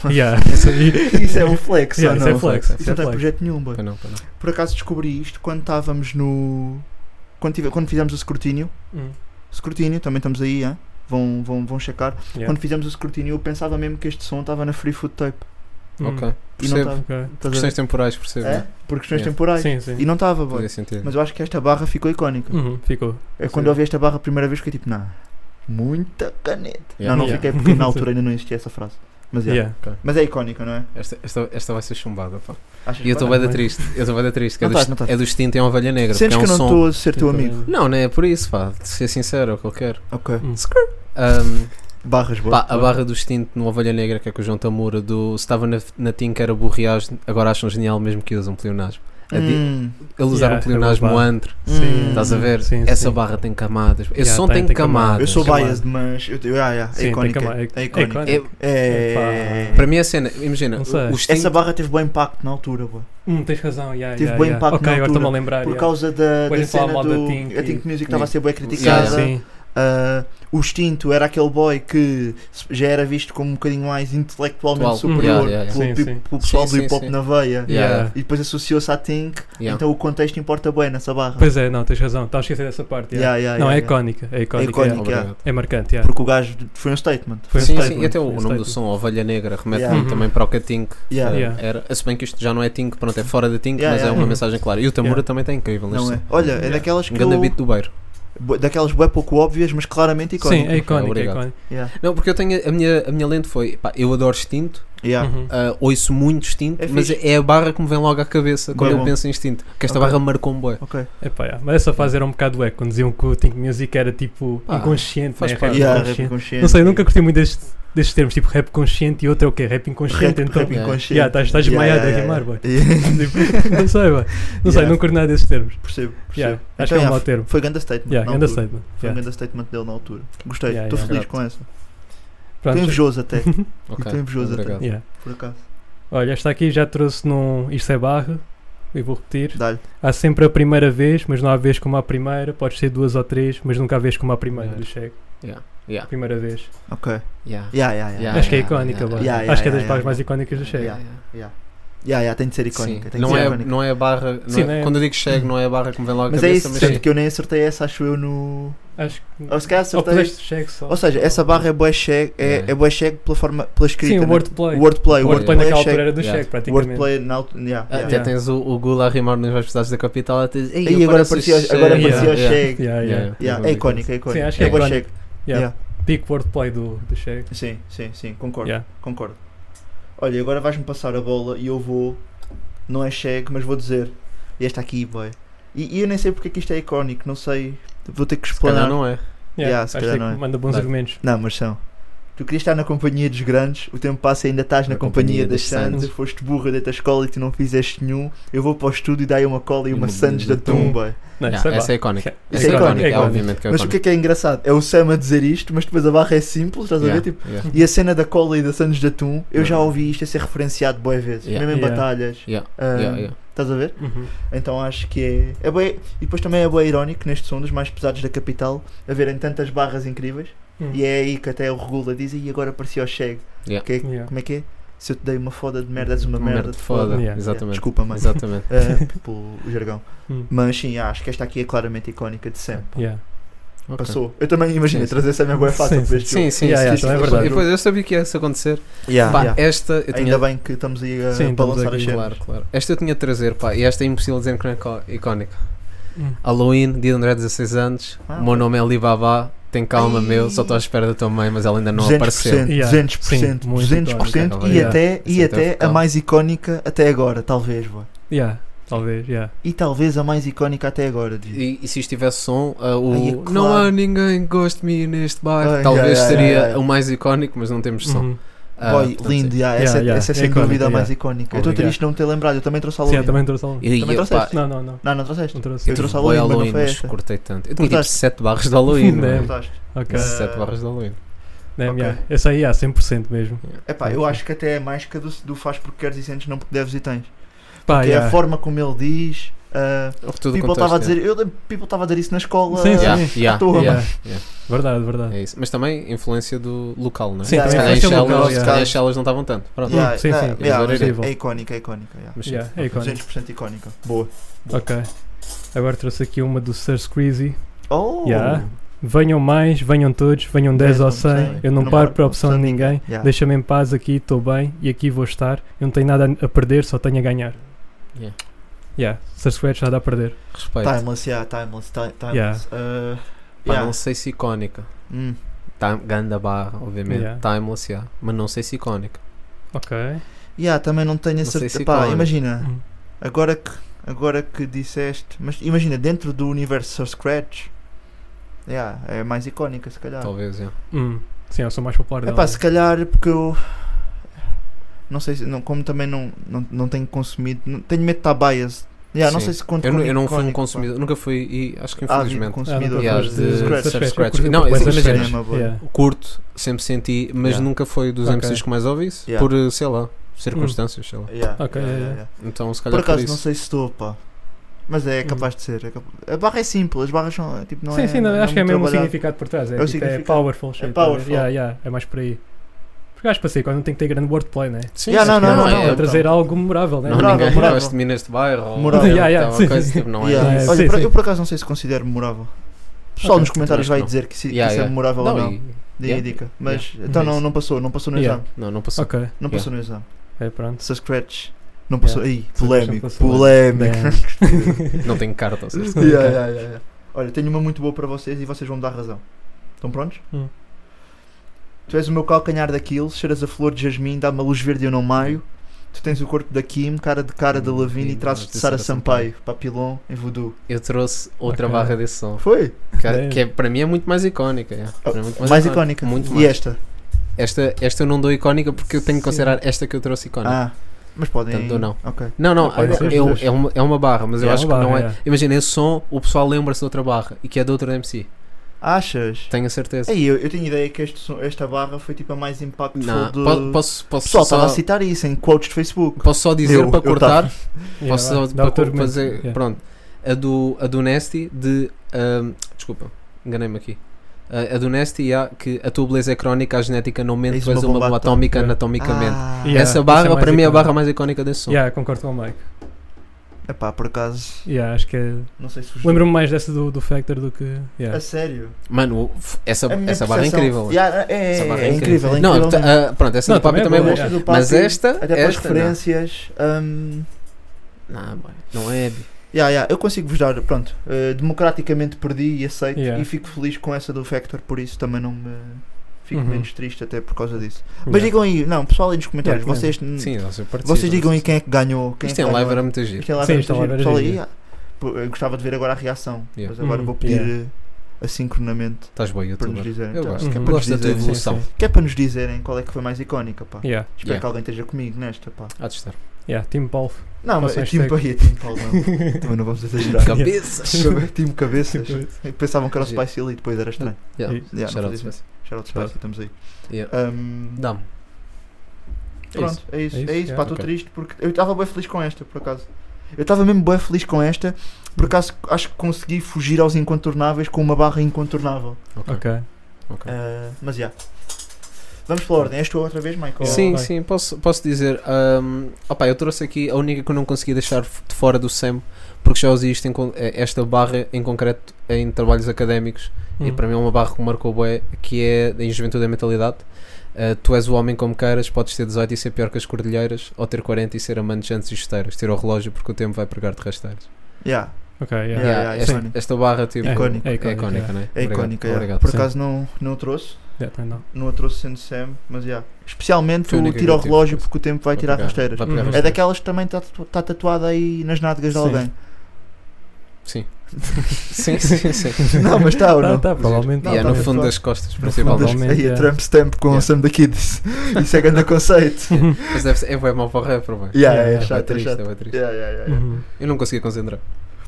S8: Foi. Yeah, isso aí-
S6: Isso é um flex,
S8: Yeah,
S6: ou
S8: isso é
S6: não?
S8: flex.
S7: Tá
S6: Isso
S8: Isso
S6: não
S8: é
S6: está em
S8: flex.
S6: projeto nenhum. bro.
S7: Pois não, pois não.
S6: Por acaso descobri isto quando estávamos no. Quando, tive- quando fizemos o escrutínio.
S8: Hum,
S6: Escrutínio, também estamos aí, hein? Vão, vão, vão checar.
S8: yeah.
S6: Quando fizemos o escrutínio, eu pensava mesmo que este som estava na Free Food Tape.
S8: Hum,
S7: Ok.
S6: E não
S7: Percebo.
S6: estava.
S8: ok.
S7: Por
S6: Estás a ver?
S7: Questões temporais, percebo.
S6: Tá É?
S7: né?
S6: Por questões
S7: Yeah.
S6: temporais.
S8: Sim, sim.
S6: E não estava, boy.
S7: Fazia sentido.
S6: Mas eu acho que esta barra ficou icónica.
S7: Hum.
S8: Uhum, ficou.
S6: É quando eu ouvi esta barra a primeira vez, fiquei tipo, não, muita caneta.
S7: Yeah.
S6: Não, não
S8: Yeah.
S6: fiquei porque na altura ainda não existia essa frase. Mas, yeah.
S8: Yeah.
S6: Mas é icónica, não é?
S7: Esta, esta, esta vai ser chumbada, pá.
S6: Achas
S7: E eu
S6: que
S7: estou
S6: vai?
S7: bem da triste. Eu estou bem da triste. que
S6: é. Não
S7: é,
S6: estás,
S7: do,
S6: não estás.
S7: é do Extinto em Ovelha Negra.
S6: Sentes
S7: porque
S6: que
S7: é um
S6: eu não
S7: som.
S6: estou a ser teu amigo?
S7: Não, não é por isso, pá. De ser sincero, é o que eu quero.
S6: Ok.
S8: Hum.
S7: Ahm,
S6: Barras, boa.
S7: pá, a barra do Extinto no Ovelha Negra, que é com o João Tamura, do se estava na, na tinca era burriás, agora acham genial mesmo que usam pleonasmo. A é di-
S6: Hum,
S7: Ele usar
S8: Yeah,
S7: um pleonasmo
S8: é uma barra.
S7: antre,
S6: Sim.
S7: estás a ver?
S8: Sim,
S7: Essa
S8: sim.
S7: barra tem camadas. Esse
S8: Yeah,
S7: som
S8: tem-
S7: tem,
S8: tem
S7: camadas.
S8: camadas.
S6: Eu sou
S8: Chamada.
S6: biased, mas. Eu, te- ah, yeah, é
S8: Sim,
S6: icónica.
S8: tem cama-
S6: É
S8: é-
S6: icónica.
S8: é icónica.
S6: É-
S8: Epá.
S7: Para mim é cena, imagina,
S8: Não sei.
S7: o Extinto
S6: Essa barra teve bom impacto na altura, boa.
S8: Hum, tens razão. Yeah,
S6: Teve
S8: yeah,
S6: bom
S8: yeah.
S6: impacto
S8: Ok,
S6: na
S8: agora
S6: altura,
S8: estou-me a lembrar.
S6: Por
S8: yeah.
S6: cena da,
S8: Depois
S6: da
S8: a gente
S6: cena
S8: fala mal
S6: do.
S8: da Tink
S6: A Tink
S8: e-
S6: Music estava a ser bem criticada.
S7: Yeah,
S8: Sim.
S6: Ah, o Extinto era aquele boy que se- já era visto como um bocadinho mais intelectualmente
S7: Atual.
S6: superior
S7: Yeah, yeah, yeah.
S6: Pelo,
S8: Sim,
S6: pi-
S8: sim.
S6: pelo pessoal
S7: Sim,
S6: do
S7: sim,
S6: hip hop
S7: sim.
S6: na veia.
S7: Yeah.
S8: Yeah.
S6: E depois associou-se à Think,
S7: Yeah.
S6: então o contexto importa bem nessa barra.
S8: Pois é, não, tens razão. Estava a esquecer dessa parte. yeah.
S6: Yeah, yeah,
S8: Não, é
S6: yeah, yeah.
S8: icónica. É icónica.
S6: icónica.
S8: yeah.
S6: yeah.
S7: Obrigado.
S8: É marcante. yeah.
S6: Porque o gajo foi um statement.
S8: Foi um
S7: Sim, sim,
S8: statement,
S7: e até o
S8: foi um
S7: nome do
S8: statement. Uhum.
S7: som, Ovelha Negra, remete-me
S6: Yeah.
S7: também para o que é Tink.
S6: Yeah.
S7: eh,
S8: Yeah.
S7: Era, se bem que isto já não é Tink, pronto, é fora da Tink,
S6: Yeah,
S7: mas
S6: yeah,
S7: é uma
S8: yeah.
S7: mensagem clara. E o Tamura
S8: Yeah.
S7: também está incrível neste
S6: Não é?
S7: som.
S6: Olha, é
S8: Yeah.
S6: daquelas
S7: Um
S6: que
S7: grande
S6: eu-
S7: beat do Beiro.
S6: bo- daquelas bué pouco óbvias, mas claramente
S8: Sim,
S6: icónicas.
S8: é icónica. É
S7: Obrigado.
S8: icónica.
S6: Yeah.
S7: Não, porque eu tenho, a minha, a minha lente foi, pá, eu adoro Extinto,
S6: Yeah.
S8: Uhum.
S7: ah, ouço muito Extinto,
S6: É
S7: mas
S6: fixe.
S7: é a barra que me vem logo à cabeça quando
S6: Bem
S7: eu
S6: bom.
S7: penso em Extinto, porque esta
S6: Ok.
S7: barra marcou-me bué.
S6: Ok.
S8: Epá, yeah. Mas essa fase era um bocado eco. Quando diziam que o Think Music era tipo
S7: Ah,
S8: inconsciente.
S7: faz
S8: né?
S7: parte.
S8: Rap
S6: Yeah,
S8: inconsciente.
S6: rap consciente.
S8: Não sei, eu nunca curti muito deste- destes termos, tipo rap consciente e outro é o quê? Rap inconsciente,
S6: Rap,
S8: então.
S6: rap
S7: Yeah.
S6: inconsciente.
S8: Yeah, estás- estás
S6: Yeah,
S8: maiado a
S6: yeah,
S8: rimar,
S6: yeah.
S8: boy.
S6: Yeah.
S8: Tipo, não sei, bá. Não sei,
S6: Yeah.
S8: não curto nada desses termos.
S6: Percebo, percebo.
S8: Yeah, acho
S6: Então,
S8: que é um
S6: yeah,
S8: mau termo.
S6: Foi grande statement.
S8: Yeah,
S6: na
S8: grande
S6: altura.
S8: statement.
S6: Foi um
S8: Yeah.
S6: grande statement dele na altura. Gostei,
S8: Yeah,
S6: estou
S8: yeah.
S6: feliz com essa.
S8: Pronto,
S6: Estou invejoso até,
S7: Ok,
S6: estou invejoso até.
S7: obrigado.
S8: yeah.
S6: por acaso.
S8: Olha, esta aqui já trouxe num Isto é barra, eu vou repetir.
S6: Dá-lhe.
S8: Há sempre a primeira vez, mas não há vez como a primeira. Podes ser duas ou três, mas nunca há vez como a primeira.
S7: Primeira.
S8: Do Chego.
S7: Yeah, yeah,
S8: Primeira vez.
S6: Ok.
S7: yeah.
S6: Yeah, yeah, yeah.
S7: Yeah.
S8: acho que é icónica,
S7: yeah,
S8: boy.
S6: Ah, yeah, yeah,
S8: Acho que
S6: yeah,
S8: é das
S6: yeah.
S8: barras mais icónicas do Chego.
S6: Yeah. Yeah, yeah, tem de ser icónica.
S7: Sim,
S6: Tem de
S7: não,
S6: ser
S7: é,
S6: icónica.
S7: não é a barra, não
S8: Sim,
S7: é-
S8: não é-
S7: quando eu digo chego, não é a barra que me vem logo à
S6: Mas é
S7: cabeça,
S6: isso,
S7: mas
S6: tanto
S7: sim.
S6: que eu nem acertei essa, acho eu no.
S8: Acho que.
S6: Ou se calhar
S8: Ou
S6: acertei.
S8: puseste Chego só.
S6: Ou seja, essa barra é boa chegue, é,
S7: Yeah.
S6: é bué chegue pela, forma, pela escrita.
S8: Sim, o
S6: né?
S8: wordplay.
S6: O wordplay,
S8: O
S6: o wordplay,
S8: wordplay naquela
S6: é
S8: altura
S6: chegue.
S8: era do
S7: Yeah.
S8: Chego,
S6: O
S8: praticamente.
S6: wordplay na altura. Yeah,
S7: Ah, Até
S6: yeah.
S8: yeah.
S7: tens o, o Gula a rimar nas Universidades da Capital. Até,
S6: E agora parecia, agora
S8: Chego."
S6: parecia o
S7: Yeah,
S6: chegue.
S8: Yeah, yeah.
S7: Yeah,
S6: Yeah, É icónico, é icónico.
S8: Sim, acho que é
S6: bué
S8: icónico.
S6: chegue.
S8: Yeah.
S6: Yeah.
S8: Peak wordplay do, do Chego.
S6: Sim, sim, sim, concordo.
S8: Yeah.
S6: Concordo. Olha, agora vais-me passar a bola e eu vou. Não é chegue, mas vou dizer. E esta aqui, boy. E, e eu nem sei porque é que isto é icónico, não sei. Vou ter que
S7: Se calhar
S6: explanar.
S7: não é.
S6: Yeah,
S8: Yeah,
S6: se
S8: acho
S6: calhar
S8: que
S6: não é.
S8: manda bons
S7: Não.
S8: argumentos.
S6: Não, mas são. Tu querias estar na companhia dos grandes, o tempo passa e ainda estás na, companhia, das sandes,
S7: sandes.
S6: foste burra dentro da escola e tu não fizeste nenhum, eu vou para o estúdio e dai uma cola e
S7: E
S6: uma
S7: uma
S6: sandes da
S7: bebida de atum.
S6: tumba.
S8: Não,
S7: Yeah,
S8: isso é
S7: essa é
S8: barra.
S7: icónica.
S8: Isso
S7: Essa
S6: é
S7: é
S6: icónica,
S7: icónica,
S8: é
S7: obviamente que é
S6: Mas o
S7: icónica.
S6: que é que é engraçado? É o Sam a dizer isto, mas depois a barra é simples, estás a ver? Tipo,
S7: yeah,
S6: e a cena da cola e da sandes de atum, eu já ouvi isto a ser referenciado boas vezes,
S7: Yeah.
S6: mesmo em
S8: Yeah.
S6: batalhas.
S7: Yeah.
S6: Ah,
S7: yeah, yeah.
S6: Estás a ver?
S8: Uhum.
S6: Então acho que é. é bué- E depois também é bem irónico neste som dos mais pesados da capital haverem tantas barras incríveis.
S8: Hum.
S6: E é aí que até o Regula diz e agora parecia o Chego.
S7: Yeah.
S6: Que é-
S8: Yeah.
S6: Como é que é? Se eu te dei uma foda de merda, és uma,
S7: Merda de foda.
S8: Yeah.
S7: Exatamente.
S6: Desculpa, mas.
S7: Exatamente.
S6: eh, pelo o jargão.
S8: Hum.
S6: Mas sim, acho que esta aqui é claramente icónica de Sam.
S8: Yeah.
S7: Ok.
S6: Passou. Eu também imagino
S7: Sim, sim.
S6: trazer Sam é boa fácil
S8: Sim,
S6: para este
S7: Sim,
S6: jogo.
S7: sim,
S8: Yeah,
S7: sim,
S8: yeah,
S7: sim,
S8: também é
S7: sim.
S8: verdade.
S7: E depois eu sabia que ia isso acontecer.
S6: Yeah,
S7: Pá,
S6: yeah.
S7: esta eu tinha.
S6: Ainda bem que estamos aí a
S8: Sim, estamos
S6: balançar
S8: aqui.
S6: as cenas.
S7: Claro, claro. Esta eu tinha de trazer, pá, e esta é impossível dizer que não é co- icónica.
S8: Hum.
S7: Halloween, dia de André, 16 anos.
S6: Ah,
S7: o meu nome é Alibaba. Tem calma,
S6: Ai.
S7: meu. Só estou à espera da tua mãe, mas ela ainda não
S6: 200%,
S7: apareceu.
S8: Yeah.
S6: 200%,
S8: Sim, muito
S6: 200%
S7: icónica.
S6: e
S7: Yeah.
S6: até, e
S7: Sim,
S6: até a
S7: então,
S6: mais icónica até agora, talvez, boa.
S8: Yeah, Talvez, yeah.
S6: E talvez a mais icónica até agora, diria.
S7: E, e se isto tivesse som, ah, o
S6: Ai, é claro.
S7: Não há ninguém que goste de mim neste bairro.
S6: Ai,
S7: Talvez
S6: ai, ai,
S7: seria
S6: ai, ai.
S7: o mais icónico, mas não temos som.
S8: Uhum.
S7: Ah,
S6: Boy,
S7: portanto,
S6: lindo, yeah,
S8: Yeah,
S6: essa,
S8: yeah,
S6: essa é
S8: é
S6: sem
S8: icónico,
S6: dúvida a mais
S8: yeah.
S6: icónica. Eu estou
S8: Obrigado.
S6: triste de não ter lembrado, eu também trouxe
S8: Sim, eu
S6: Halloween.
S8: também trouxe algum.
S7: E e
S6: Também
S7: eu, pá,
S6: trouxeste?
S8: Não, não, não.
S6: Não, não trouxeste?
S8: Não trouxe.
S6: Eu
S7: eu
S6: trouxe
S7: trouxe
S6: Halloween, mas não
S7: Halloween,
S6: foi
S7: mas
S6: esta.
S7: cortei tanto. Eu tinha tipo
S6: Cortaste?
S7: 7 barras de Halloween,
S8: Não.
S7: mano.
S6: Gostaste?
S8: Ok.
S6: Mas-
S7: 7 barras de Halloween.
S8: Damn,
S6: ok.
S8: yeah. Essa aí é 100% mesmo.
S6: Epá, eu acho que até é mais que a do, do faz porque queres e sentes, não porque deves e tens.
S8: Pá,
S6: que é
S8: Ah, yeah.
S6: a forma como ele diz. ah,
S7: Houve Tudo
S6: people
S7: contexto,
S6: estava a
S7: yeah.
S6: dizer, eu, people estava a dizer isso na escola.
S8: Sim, sim.
S7: Yeah, yeah,
S6: toa,
S7: yeah,
S8: mano.
S7: yeah.
S8: Verdade, verdade.
S7: É isso. Mas também influência do local, não é?
S8: Sim,
S6: Yeah,
S7: se
S8: também
S7: calhar
S8: é
S7: em
S6: influência
S8: local,
S7: Chelas- se
S8: yeah.
S7: calhar em Chelas não estavam tanto. Pronto.
S6: Yeah,
S8: Sim,
S6: yeah,
S8: sim,
S6: yeah,
S7: é
S6: mas
S8: possível.
S6: é icónica, é icónica. Yeah.
S7: Mas
S8: Yeah,
S7: sim.
S8: é icónico.
S6: 200% icónica. Boa.
S8: Ok. Agora trouxe aqui uma do Sir Screezy.
S6: Oh!
S8: Yeah. Venham mais, venham todos, venham 10 ou
S6: Dez, não
S8: 100.
S6: sei.
S8: Eu não paro para a opção
S6: opção
S8: de
S6: de
S8: ninguém.
S6: Yeah.
S8: Deixa-me em paz aqui, estou bem e aqui vou estar. Eu não tenho nada a perder, só tenho a ganhar.
S7: Yeah.
S8: Yeah, Sir Scratch nada a perder.
S7: Respeito.
S6: Timeless, yeah, timeless, ti- timeless. Uh,
S7: Pá,
S6: yeah.
S7: Não sei se icónica.
S6: Hum.
S7: Time, ganda barra, obviamente.
S8: Yeah.
S7: Timeless, yeah. Mas não sei se icónica.
S8: Ok.
S6: Yeah, também não tenho a
S7: Não sei
S6: certeza.
S7: se
S6: Pá,
S7: icónico.
S6: imagina,
S8: Hum.
S6: agora que, agora que disseste, mas imagina, dentro do universo Sir Scratch, yeah, é mais icónica, se calhar.
S7: Talvez, yeah.
S8: Hum. Sim, eu sou mais popular
S6: É
S8: dela.
S6: pá, se calhar porque eu. Não sei se. Não, como também não, não, não tenho consumido. não- tenho medo de estar biased. Yeah, não
S7: Sim.
S6: sei se conto
S7: Eu,
S6: como
S7: não- eu não fui um
S6: icónico, pá.
S7: consumidor, nunca fui, e acho que
S6: Ah, vi-
S7: infelizmente.
S6: consumidor
S8: Yeah,
S6: mas
S7: de-
S6: Scratch.
S7: Sir Scratch.
S8: Eu curti
S7: Não,
S8: bué
S7: isso é
S8: Sir
S7: imagina.
S8: Scratch.
S6: Cinema, boy.
S8: Yeah.
S7: Curto, sempre senti, mas
S6: Yeah.
S7: nunca foi dos
S8: Ok.
S7: MCs que mais ouvisse,
S6: Yeah.
S7: por, sei lá, circunstâncias, sei lá.
S6: Yeah, yeah,
S8: Ok, yeah,
S6: yeah,
S8: yeah. Hum.
S6: yeah.
S7: Então, se
S6: Por
S7: calhar por,
S6: acaso,
S7: isso.
S6: não sei se estou, pá. Mas é capaz de ser. é capa- A barra é simples, as barras são. Tipo, não
S8: sim,
S6: é,
S8: sim, não,
S6: não
S8: acho que é
S6: muito
S8: mesmo o
S6: trabalhado.
S8: significado por trás.
S6: É
S8: É,
S6: o
S8: tipo, é
S6: significado.
S8: powerful. shit, tá a ver?
S6: powerful.
S8: Yeah, yeah, é mais por aí. Porque acho que passei quando não tem que ter grande wordplay, né?
S7: Sim,
S6: Yeah,
S7: sim,
S6: não,
S7: sim,
S6: não, não,
S7: é-
S6: não, então.
S7: é-
S8: é trazer algo memorável, né?
S7: Não,
S6: Moral,
S7: ninguém
S6: moral.
S7: gosta de mim neste bairro. ou-
S6: Moral.
S8: Yeah, yeah,
S7: Tá, uma
S8: sim,
S7: coisa,
S8: sim.
S7: tipo, não é.
S6: Yeah.
S8: É,
S6: Olha,
S8: sim,
S6: por,
S8: sim.
S6: eu por acaso não sei se considero memorável. O pessoal
S8: Ok.
S6: nos comentários
S7: Também
S6: vai
S7: acho
S6: dizer que, se, que
S7: Yeah,
S6: isso é
S7: yeah.
S6: memorável
S7: Não,
S6: ou não.
S7: e-
S6: Dei
S7: yeah.
S6: a dica. Mas
S8: Yeah.
S6: então
S8: É
S6: não,
S8: isso.
S6: não passou, não passou no
S8: Yeah.
S6: exame.
S7: Não, não passou.
S8: Ok,
S6: Não passou no exame.
S8: é pronto.
S6: Sir Scratch não passou. Aí, polémico,
S8: passou.
S6: polémico.
S7: Não tenho carta, ou seja.
S6: Yeah, yeah, yeah, yeah. Olha, tenho uma muito boa para vocês e vocês vão me dar razão. Estão prontos?
S8: Hum.
S6: Tu és o meu calcanhar daquilo, cheiras a flor de jasmim, dá-me a luz verde e eu não maio. Tu tens o corpo da Kim, cara de cara da
S7: Hum,
S6: Lavigne e
S7: e traços
S6: traços de
S7: de
S6: Sara
S7: Sara
S6: Sampaio, Papilon em voodoo.
S7: Eu trouxe outra
S8: Ok.
S7: barra desse som,
S6: Foi?
S7: que,
S8: Damn.
S7: que é, para mim é muito mais icónica. é. Para mim é muito
S6: mais, icónica.
S7: Muito
S6: e
S7: mais.
S6: esta?
S7: Esta, esta eu não dou icónica porque eu tenho que considerar esta que eu trouxe icónica.
S6: Ah, mas podem.
S7: Portanto, ou não.
S6: Ok.
S7: Não, não,
S8: Não, pode
S7: eu-
S8: ser as
S7: eu-
S8: duas.
S7: é, uma, é uma barra, mas eu
S8: É
S7: acho que
S8: uma
S7: não
S8: barra,
S7: é. Imagina, esse som, o pessoal lembra-se de outra barra e que é de outra MC.
S6: Achas?
S7: Tenho a certeza.
S6: Aí, eu, eu tenho ideia que este som- esta barra foi tipo a mais impactful
S7: Não, po-
S6: do.
S7: posso,
S6: O
S7: posso,
S6: pessoal estava
S7: só,
S6: a citar isso em quotes de Facebook.
S7: posso só dizer
S6: Eu-
S7: para
S6: eu
S7: cortar.
S8: Yeah,
S7: Posso
S8: vai,
S7: só
S8: dá o teu
S7: para
S8: argumento.
S7: fazer.
S8: Yeah.
S7: Pronto. A do, a do Nasty de. ahm, desculpa, enganei-me aqui. A, a do Nasty há que a tua beleza é crónica, a genética não mente,
S6: Eis
S7: tu és
S6: uma
S7: uma
S6: bomba
S7: bomba atómica
S8: atómica.
S7: anatomicamente.
S6: Ah,
S8: Yeah, isso
S7: Essa
S8: é
S7: barra,
S8: mais
S7: para mim, é a
S8: icónico.
S7: barra mais icónica desse som.
S8: Yeah, concordo com o Mike.
S6: Epá, É por acaso,
S8: Yeah, acho que é...
S6: não sei se vos...
S8: Lembro-me mais dessa do, do Factor do que. Yeah.
S6: A sério?
S7: Mano, o- f- essa,
S6: A minha
S7: essa barra é
S6: percepção-
S7: incrível.
S6: Yeah, é,
S7: Essa
S6: é,
S7: barra
S6: é incrível, é incrível.
S7: Não,
S6: mesmo.
S7: ah, pronto, essa
S8: Não,
S7: do Papi também
S8: também é
S7: é
S8: boa,
S7: boa.
S6: Esta do Papi,
S7: Mas esta.
S6: Até para as
S7: esta, não.
S6: referências. hum,
S7: Não, boy, não é. bi.
S6: yeah, yeah, eu consigo vos dar, pronto, eh, democraticamente perdi e aceito
S8: Yeah.
S6: e fico feliz com essa do Factor, por isso também não me fico
S8: Uhum.
S6: menos triste até por causa disso. Mas
S8: Yeah.
S6: digam aí, não, pessoal aí nos comentários,
S8: Yeah,
S6: vocês,
S7: Sim, elas participam.
S6: Hum. vocês digam aí quem é que ganhou. Quem
S7: Isto
S6: é
S7: em
S6: que
S7: live
S6: ganhou.
S7: era muito giro.
S6: Isto em live
S8: Sim,
S6: era
S8: isto em
S6: muito
S8: live
S6: giro.
S8: era
S6: Pessoal aí,
S8: giro.
S6: ah, pô, eu gostava de ver agora a reação,
S7: Yeah.
S6: mas agora
S8: Uhum,
S6: vou pedir
S8: yeah.
S6: eh, assincronamente
S7: Estás bom,
S6: para nos
S7: youtuber.
S6: dizerem.
S7: Eu
S6: Então,
S7: gosto.
S6: que é
S8: Uhum.
S6: para nos
S7: Gosto da tua
S6: dizerem-
S8: dizer, sim,
S7: evolução.
S8: sim.
S6: que é para nos dizerem qual é que foi mais icónica, pá.
S8: Yeah,
S6: Espero
S7: Yeah.
S6: que alguém esteja comigo nesta, pá.
S7: Há de estar.
S8: yeah, Team Paul.
S6: Não, mas
S8: Faça
S6: é
S8: hashtag.
S6: time para ir, time para não. Também não vamos exagerar.
S7: Cabeças!
S6: time cabeças.
S8: Time
S6: Pensavam que era o
S7: Giro.
S6: Spicy Lee, depois era estranho.
S7: Yeah,
S6: Yeah,
S7: shout
S6: não
S7: out,
S6: fazia
S7: Spicy.
S6: Shout out Spicy, estamos aí.
S7: Yeah.
S6: Um,
S7: Dá-me. É
S6: pronto, é isso. É
S8: É
S6: isso,
S8: isso,
S6: pá,
S8: yeah.
S6: estou
S7: Ok.
S6: triste porque eu estava bem feliz com esta, por acaso. Eu estava mesmo bem feliz com esta, por acaso acho que consegui fugir aos incontornáveis com uma barra incontornável.
S8: Ok.
S7: Ok.
S6: Ah, mas já. Vamos pela ordem, és tu outra vez, Michael?
S7: Sim,
S8: vai.
S7: sim, posso, posso dizer. hum, opá, eu trouxe aqui a única que eu não consegui deixar f- de fora do SEM, porque já usei isto em con- eh, esta barra em concreto em trabalhos académicos, e
S8: Hum.
S7: para mim é uma barra que me marcou bué, que é em Juventude e Mentalidade. Uh, tu és o homem como queiras, podes ter 18 e ser pior que as cordilheiras, ou ter 40 e ser amante de jantes e esteiras. Tira o relógio porque o tempo vai pregar-te rasteiros.
S6: Yeah,
S8: Hum. Ok, yeah.
S6: Yeah, yeah,
S7: esta,
S6: É, icónico.
S7: esta barra tipo,
S8: É,
S6: icónico.
S8: É
S7: é
S8: icónico.
S7: icónica,
S8: yeah.
S7: não é?
S6: É icónica, yeah.
S7: obrigado.
S6: por
S8: sim.
S6: acaso não, não o trouxe.
S8: Yeah, também não.
S6: não a trouxe sendo Sam, mas já. Especialmente
S7: Foi a
S6: o
S7: única
S6: tira o
S7: que eu tive.
S6: relógio porque o tempo vai tirar
S7: pegar-
S6: rasteiras.
S7: vai pegar
S8: Uhum.
S6: É
S7: rasteiras.
S6: daquelas que também está tatu- tá tatuada aí nas nádegas de
S8: Sim.
S6: alguém.
S7: Sim, Sim, sim, sim.
S6: Não, mas está ou não?
S8: tá, provavelmente.
S6: Não,
S7: e é
S6: tá
S7: no
S6: bem,
S7: fundo
S6: claro.
S7: das costas,
S8: fundo
S7: principalmente.
S8: das-
S6: Aí, a
S8: Yeah.
S6: Trump Stamp com
S7: Yeah.
S6: o Sam da Kids. Isso é grande conceito.
S7: Mas deve ser, é bem mau para o rapper, velho.
S6: Yeah,
S8: Yeah,
S6: é,
S8: é
S7: É bué
S6: chato, é
S7: triste, é
S6: chato.
S7: bué triste.
S6: Yeah, yeah, yeah, Tá yeah.
S8: Uhum.
S7: Eu não conseguia concentrar.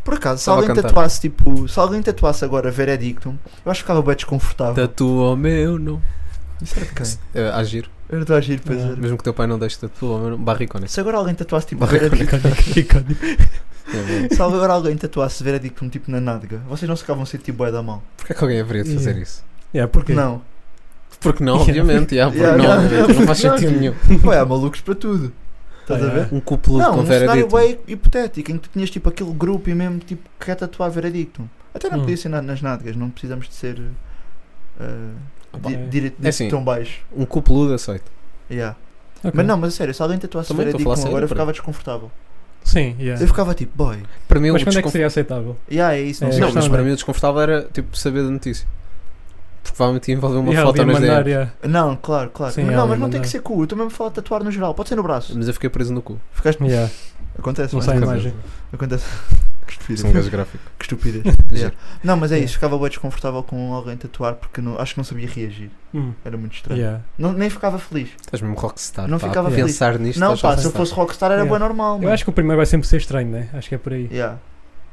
S6: Por acaso, se
S7: Estava a
S6: alguém
S7: cantar.
S6: tatuasse, tipo, se alguém tatuasse agora Veredictum, eu acho que ficava bem desconfortável.
S7: Tatua o meu não.
S6: Isso era de quem?
S7: Eh, agir.
S6: Era do Agir, pois
S8: Ah.
S6: era.
S7: Mesmo que teu pai não deixe tatua o meu nome. né? Barricones.
S6: Se agora alguém tatuasse, tipo,
S7: Barricone.
S6: Veredictum,
S8: Icónico.
S7: É bom.
S6: se agora alguém tatuasse Veredictum, tipo, na nádega, vocês não se ficavam a sentir bué da mão?
S7: Porquê que alguém haveria de fazer
S8: Yeah.
S7: isso?
S8: Yeah, porque
S6: Não.
S7: Porque não, obviamente. yeah, porque
S6: Yeah,
S7: não,
S6: yeah,
S7: obviamente,
S6: yeah,
S7: não faz
S6: porque
S7: sentido
S6: não.
S7: nenhum.
S6: Pô, é, há malucos para tudo. Estás a
S8: Yeah.
S6: ver?
S7: Um cúpulo
S6: Não,
S7: com
S6: um cenário
S7: veredito.
S6: bem hipotético, em que tu tinhas, tipo, aquele grupo e mesmo, tipo, que quer tatuar Veredictum. Até não
S8: Hum.
S6: podia ser na- nas nádegas, não precisamos de ser... eh,
S7: Opa,
S6: di-
S8: é.
S6: direito
S7: É assim.
S6: tão baixo.
S7: Um cúpulo aceito.
S6: Yeah.
S8: Ok.
S6: Mas não, mas a sério, se alguém tatuasse
S7: Também estou a
S6: Veredictum
S7: falar sério,
S6: agora, eu
S7: peraí.
S6: ficava desconfortável.
S8: Sim, yeah.
S6: Eu ficava tipo, boy,
S7: Para mim, o
S8: Mas quando é que
S7: desconfortável.
S8: seria aceitável?
S6: yeah, é isso, não
S8: É,
S6: sei
S7: Não,
S6: se
S7: mas
S8: Questão,
S7: para
S8: né?
S7: mim o desconfortável era tipo saber da notícia. Porque provavelmente ia envolver uma
S8: Yeah,
S7: foto
S8: alguém
S7: nas
S8: mandar,
S7: DMs.
S8: yeah.
S6: Não, claro, claro.
S8: Sim,
S6: mas
S8: é,
S6: não, mas
S8: alguém
S6: não tem
S8: mandar.
S6: que ser cu. Eu também me falo de tatuar no geral. Pode ser no braço.
S7: Mas eu fiquei preso no cu.
S6: Ficaste.
S8: Yeah.
S6: Acontece,
S8: Não
S6: mas
S8: sai a
S7: Quer
S8: imagem.
S7: dizer,
S6: Acontece. que
S7: Sou um
S6: estupidez.
S7: gajo gráfico.
S6: que estupidez. Yeah. Não, mas é isso. Ficava bem desconfortável com alguém tatuar porque não- acho que não sabia reagir.
S8: Hum.
S6: Era muito estranho.
S8: Yeah.
S6: Não- nem ficava feliz.
S7: Estás mesmo rockstar.
S6: Não
S7: pá,
S6: ficava
S7: a
S6: feliz.
S7: pensar nisto.
S6: não,
S7: estás já
S6: pá, se eu
S7: rockstar.
S6: fosse rockstar era
S8: Yeah.
S6: bem normal.
S8: Eu acho que o primeiro vai sempre ser estranho, né? Acho que é por aí.
S6: que. Yeah.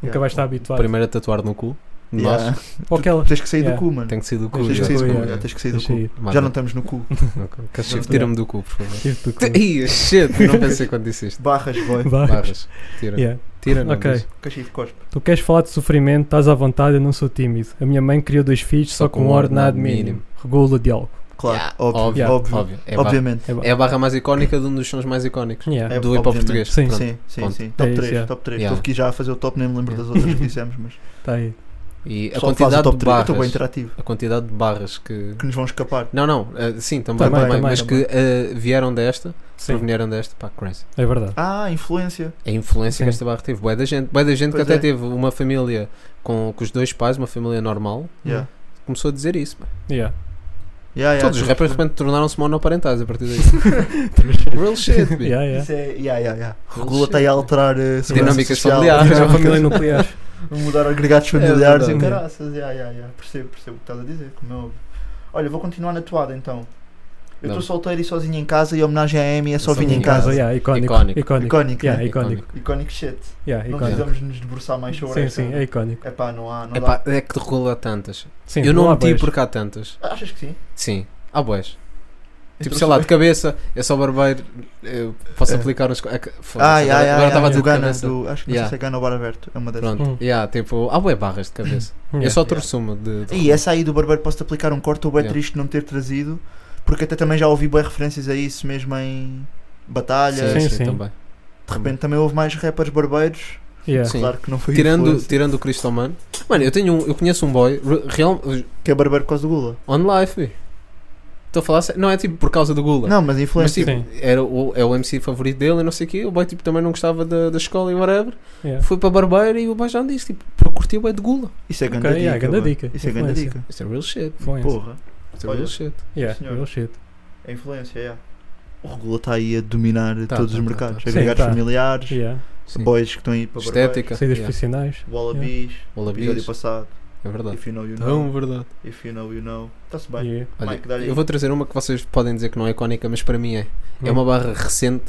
S8: Nunca vais estar habituado.
S7: Primeiro a tatuar no cu. de Nós.
S6: Yeah.
S8: Ou aquela.
S6: Tens que sair
S8: Yeah.
S6: do cu, mano.
S7: Tem que sair do cu.
S6: Tens que
S7: já.
S6: sair do cu.
S8: Yeah.
S6: yeah, Tens que sair do
S8: Deixa
S6: cu.
S8: ir.
S7: Mata.
S6: Já não estamos no cu.
S7: Ok, Cacho,
S6: Já não-
S7: Tira-me do cu, por favor.
S8: Tiro do cu.
S7: Ih, shit, não pensei quando disse isto.
S6: Barras, boy.
S8: Vai.
S7: Barras. Tira.
S8: Yeah.
S7: Tira, não
S8: Ok.
S7: diz.
S6: Cachifo, cospe.
S8: Tu queres falar de sofrimento, estás à vontade, eu não sou tímido. A minha mãe criou dois filhos só, com um ordenado mínimo. Regula o diálogo.
S6: Claro,
S7: Yeah,
S6: óbvio.
S8: Yeah.
S6: óbvio.
S7: Óbvio. É, a barra-
S6: Obviamente.
S8: É bom.
S7: é a barra mais icónica de um dos sons mais icónicos.
S8: Yeah.
S6: É,
S7: do hip hop
S6: obviamente.
S7: português.
S8: Sim.
S7: Pronto.
S6: Sim, sim,
S7: Ponto.
S6: sim.
S8: É
S6: Top
S8: isso,
S6: 3,
S8: yeah.
S6: top 3.
S7: Yeah.
S6: Estou aqui já a fazer o top, nem me lembro das outras que dissemos, mas
S8: Tá aí.
S7: E a
S6: só faz o
S7: quantidade
S6: top
S7: de
S6: 3. Eu estou bem
S7: barras.
S6: interativo.
S7: A quantidade de barras que.
S6: Que nos vão escapar.
S7: Não, não, eh, sim, também,
S8: Também,
S7: também,
S8: também,
S7: mas
S8: também.
S7: que eh, vieram desta,
S8: Sim,
S7: provenieram desta, pá, crazy.
S8: é verdade.
S6: Ah, influência.
S7: A influência que
S8: Sim.
S7: esta barra teve, bué da gente, bué da gente
S6: Pois
S7: que até
S6: é.
S7: teve uma família com, com os dois pais, uma família normal,
S6: Yeah.
S7: começou a dizer isso, pá.
S8: Yeah.
S6: Yeah, Ah, yeah,
S7: Todos os
S6: estou
S7: rappers de
S6: a perceber.
S7: repente tornaram-se monoparentais a partir daí. Real shit, bi.
S8: Yeah, yeah.
S6: Isso é, yeah, yeah, yeah.
S7: Real
S6: Regula
S7: shit.
S6: está aí a alterar eh, segurança
S7: Dinâmicas
S6: social,
S7: familiares.
S8: Já
S6: dinâmicas-
S8: a família nuclear.
S6: mudar agregados familiares e
S7: verdade.
S6: caraças. Yeah, yeah, yeah. Percebo, percebo o que estás a dizer, como é óbvio. Olha, vou continuar na toada então. Eu
S7: Não.
S6: estou solteiro e sozinho em casa e a homenagem à Amy é só vinho em casa.
S8: Casa, yeah, icónico.
S7: Icónico.
S8: Icónico.
S6: Icónico,
S8: Yeah,
S6: né?
S8: é icónico.
S6: Icónico shit.
S8: Yeah,
S6: Não
S8: icónico.
S6: precisamos nos debruçar mais sobre
S8: Sim,
S6: essa.
S8: sim, é icónico.
S6: Epá, não há, não
S7: Epá, é que regula tantas.
S8: Sim,
S7: Eu não
S8: há
S7: meti
S8: boas.
S7: porque há tantas.
S6: dá. Achas que sim?
S7: Sim, há boés. Tipo,
S6: Eu trouxe
S7: sei lá,
S6: bem.
S7: de cabeça, é só barbeiro, eu posso
S6: É. Ah,
S7: aplicar uns. é que- foda-se,
S6: Ai,
S7: agora
S6: ai,
S7: agora
S6: ai,
S7: estava a
S6: ai,
S7: dizer
S6: do
S7: de
S6: Gana,
S7: cabeça.
S6: do, acho que não
S7: Yeah.
S6: sei se é Gana ou Aberto, é uma dessas.
S7: Pronto,
S8: Hum.
S7: yeah, tipo, há bué barras de cabeça.
S8: Yeah.
S7: Eu só
S6: Yeah.
S7: trouxe uma de. de
S6: E essa aí do Barbeiro posso-te aplicar um corte, ou bem
S7: Yeah.
S6: triste de não ter trazido, porque até também já ouvi bem referências a isso mesmo em Batalha,
S7: Sim, sim,
S8: Sim, sim.
S7: também.
S6: de repente também houve mais rappers barbeiros,
S8: Yeah.
S7: Sim.
S6: claro que não foi
S7: Tirando,
S6: influência,
S7: tirando o Crystal Man. Mano, eu, tenho um, eu conheço um boy, re- real,
S6: que é barbeiro por causa do Gula.
S7: on life, bi. Estou a falar, sério. não é tipo por causa do Gula.
S6: Não, mas
S7: Mas
S6: influência.
S7: tipo,
S8: Sim.
S7: era o, é o MC favorito dele e não sei o quê. O boy tipo, também não gostava da, da escola e whatever.
S8: Yeah.
S7: Foi para Barbeiro e o boy já me disse: tipo, eu curti o boy de gula.
S6: Isso é grande
S8: Ok, yeah,
S6: dica.
S8: ganda
S6: bué.
S8: dica,
S6: Isso é grande
S8: influência.
S6: dica.
S7: Isso é real shit.
S8: Influência.
S6: Porra,
S7: Isso é
S6: Olha.
S7: real shit.
S8: Yeah,
S6: senhor.
S8: real shit.
S6: é influência, é. O Regula está aí a dominar
S7: Tá,
S6: todos
S7: tá,
S6: os
S7: tá,
S6: mercados.
S7: tá.
S8: Sim,
S6: Agregados
S8: tá.
S6: familiares,
S8: Yeah.
S7: Sim.
S6: boys que estão aí para Barbeiro,
S7: Estética.
S8: Saídas
S7: é. yeah.
S8: profissionais.
S6: Wallabies,
S7: Wallabies.
S6: episódio passado,
S7: É verdade.
S6: If You Know You
S7: Então,
S6: Know,
S7: verdade.
S6: If You Know You Know. Está-se bem.
S8: Yeah.
S7: Olha,
S6: Mike, dá-lhe aí.
S7: eu vou trazer uma que vocês podem dizer que não é icónica, mas para mim é. É
S8: Hum.
S7: uma barra recente,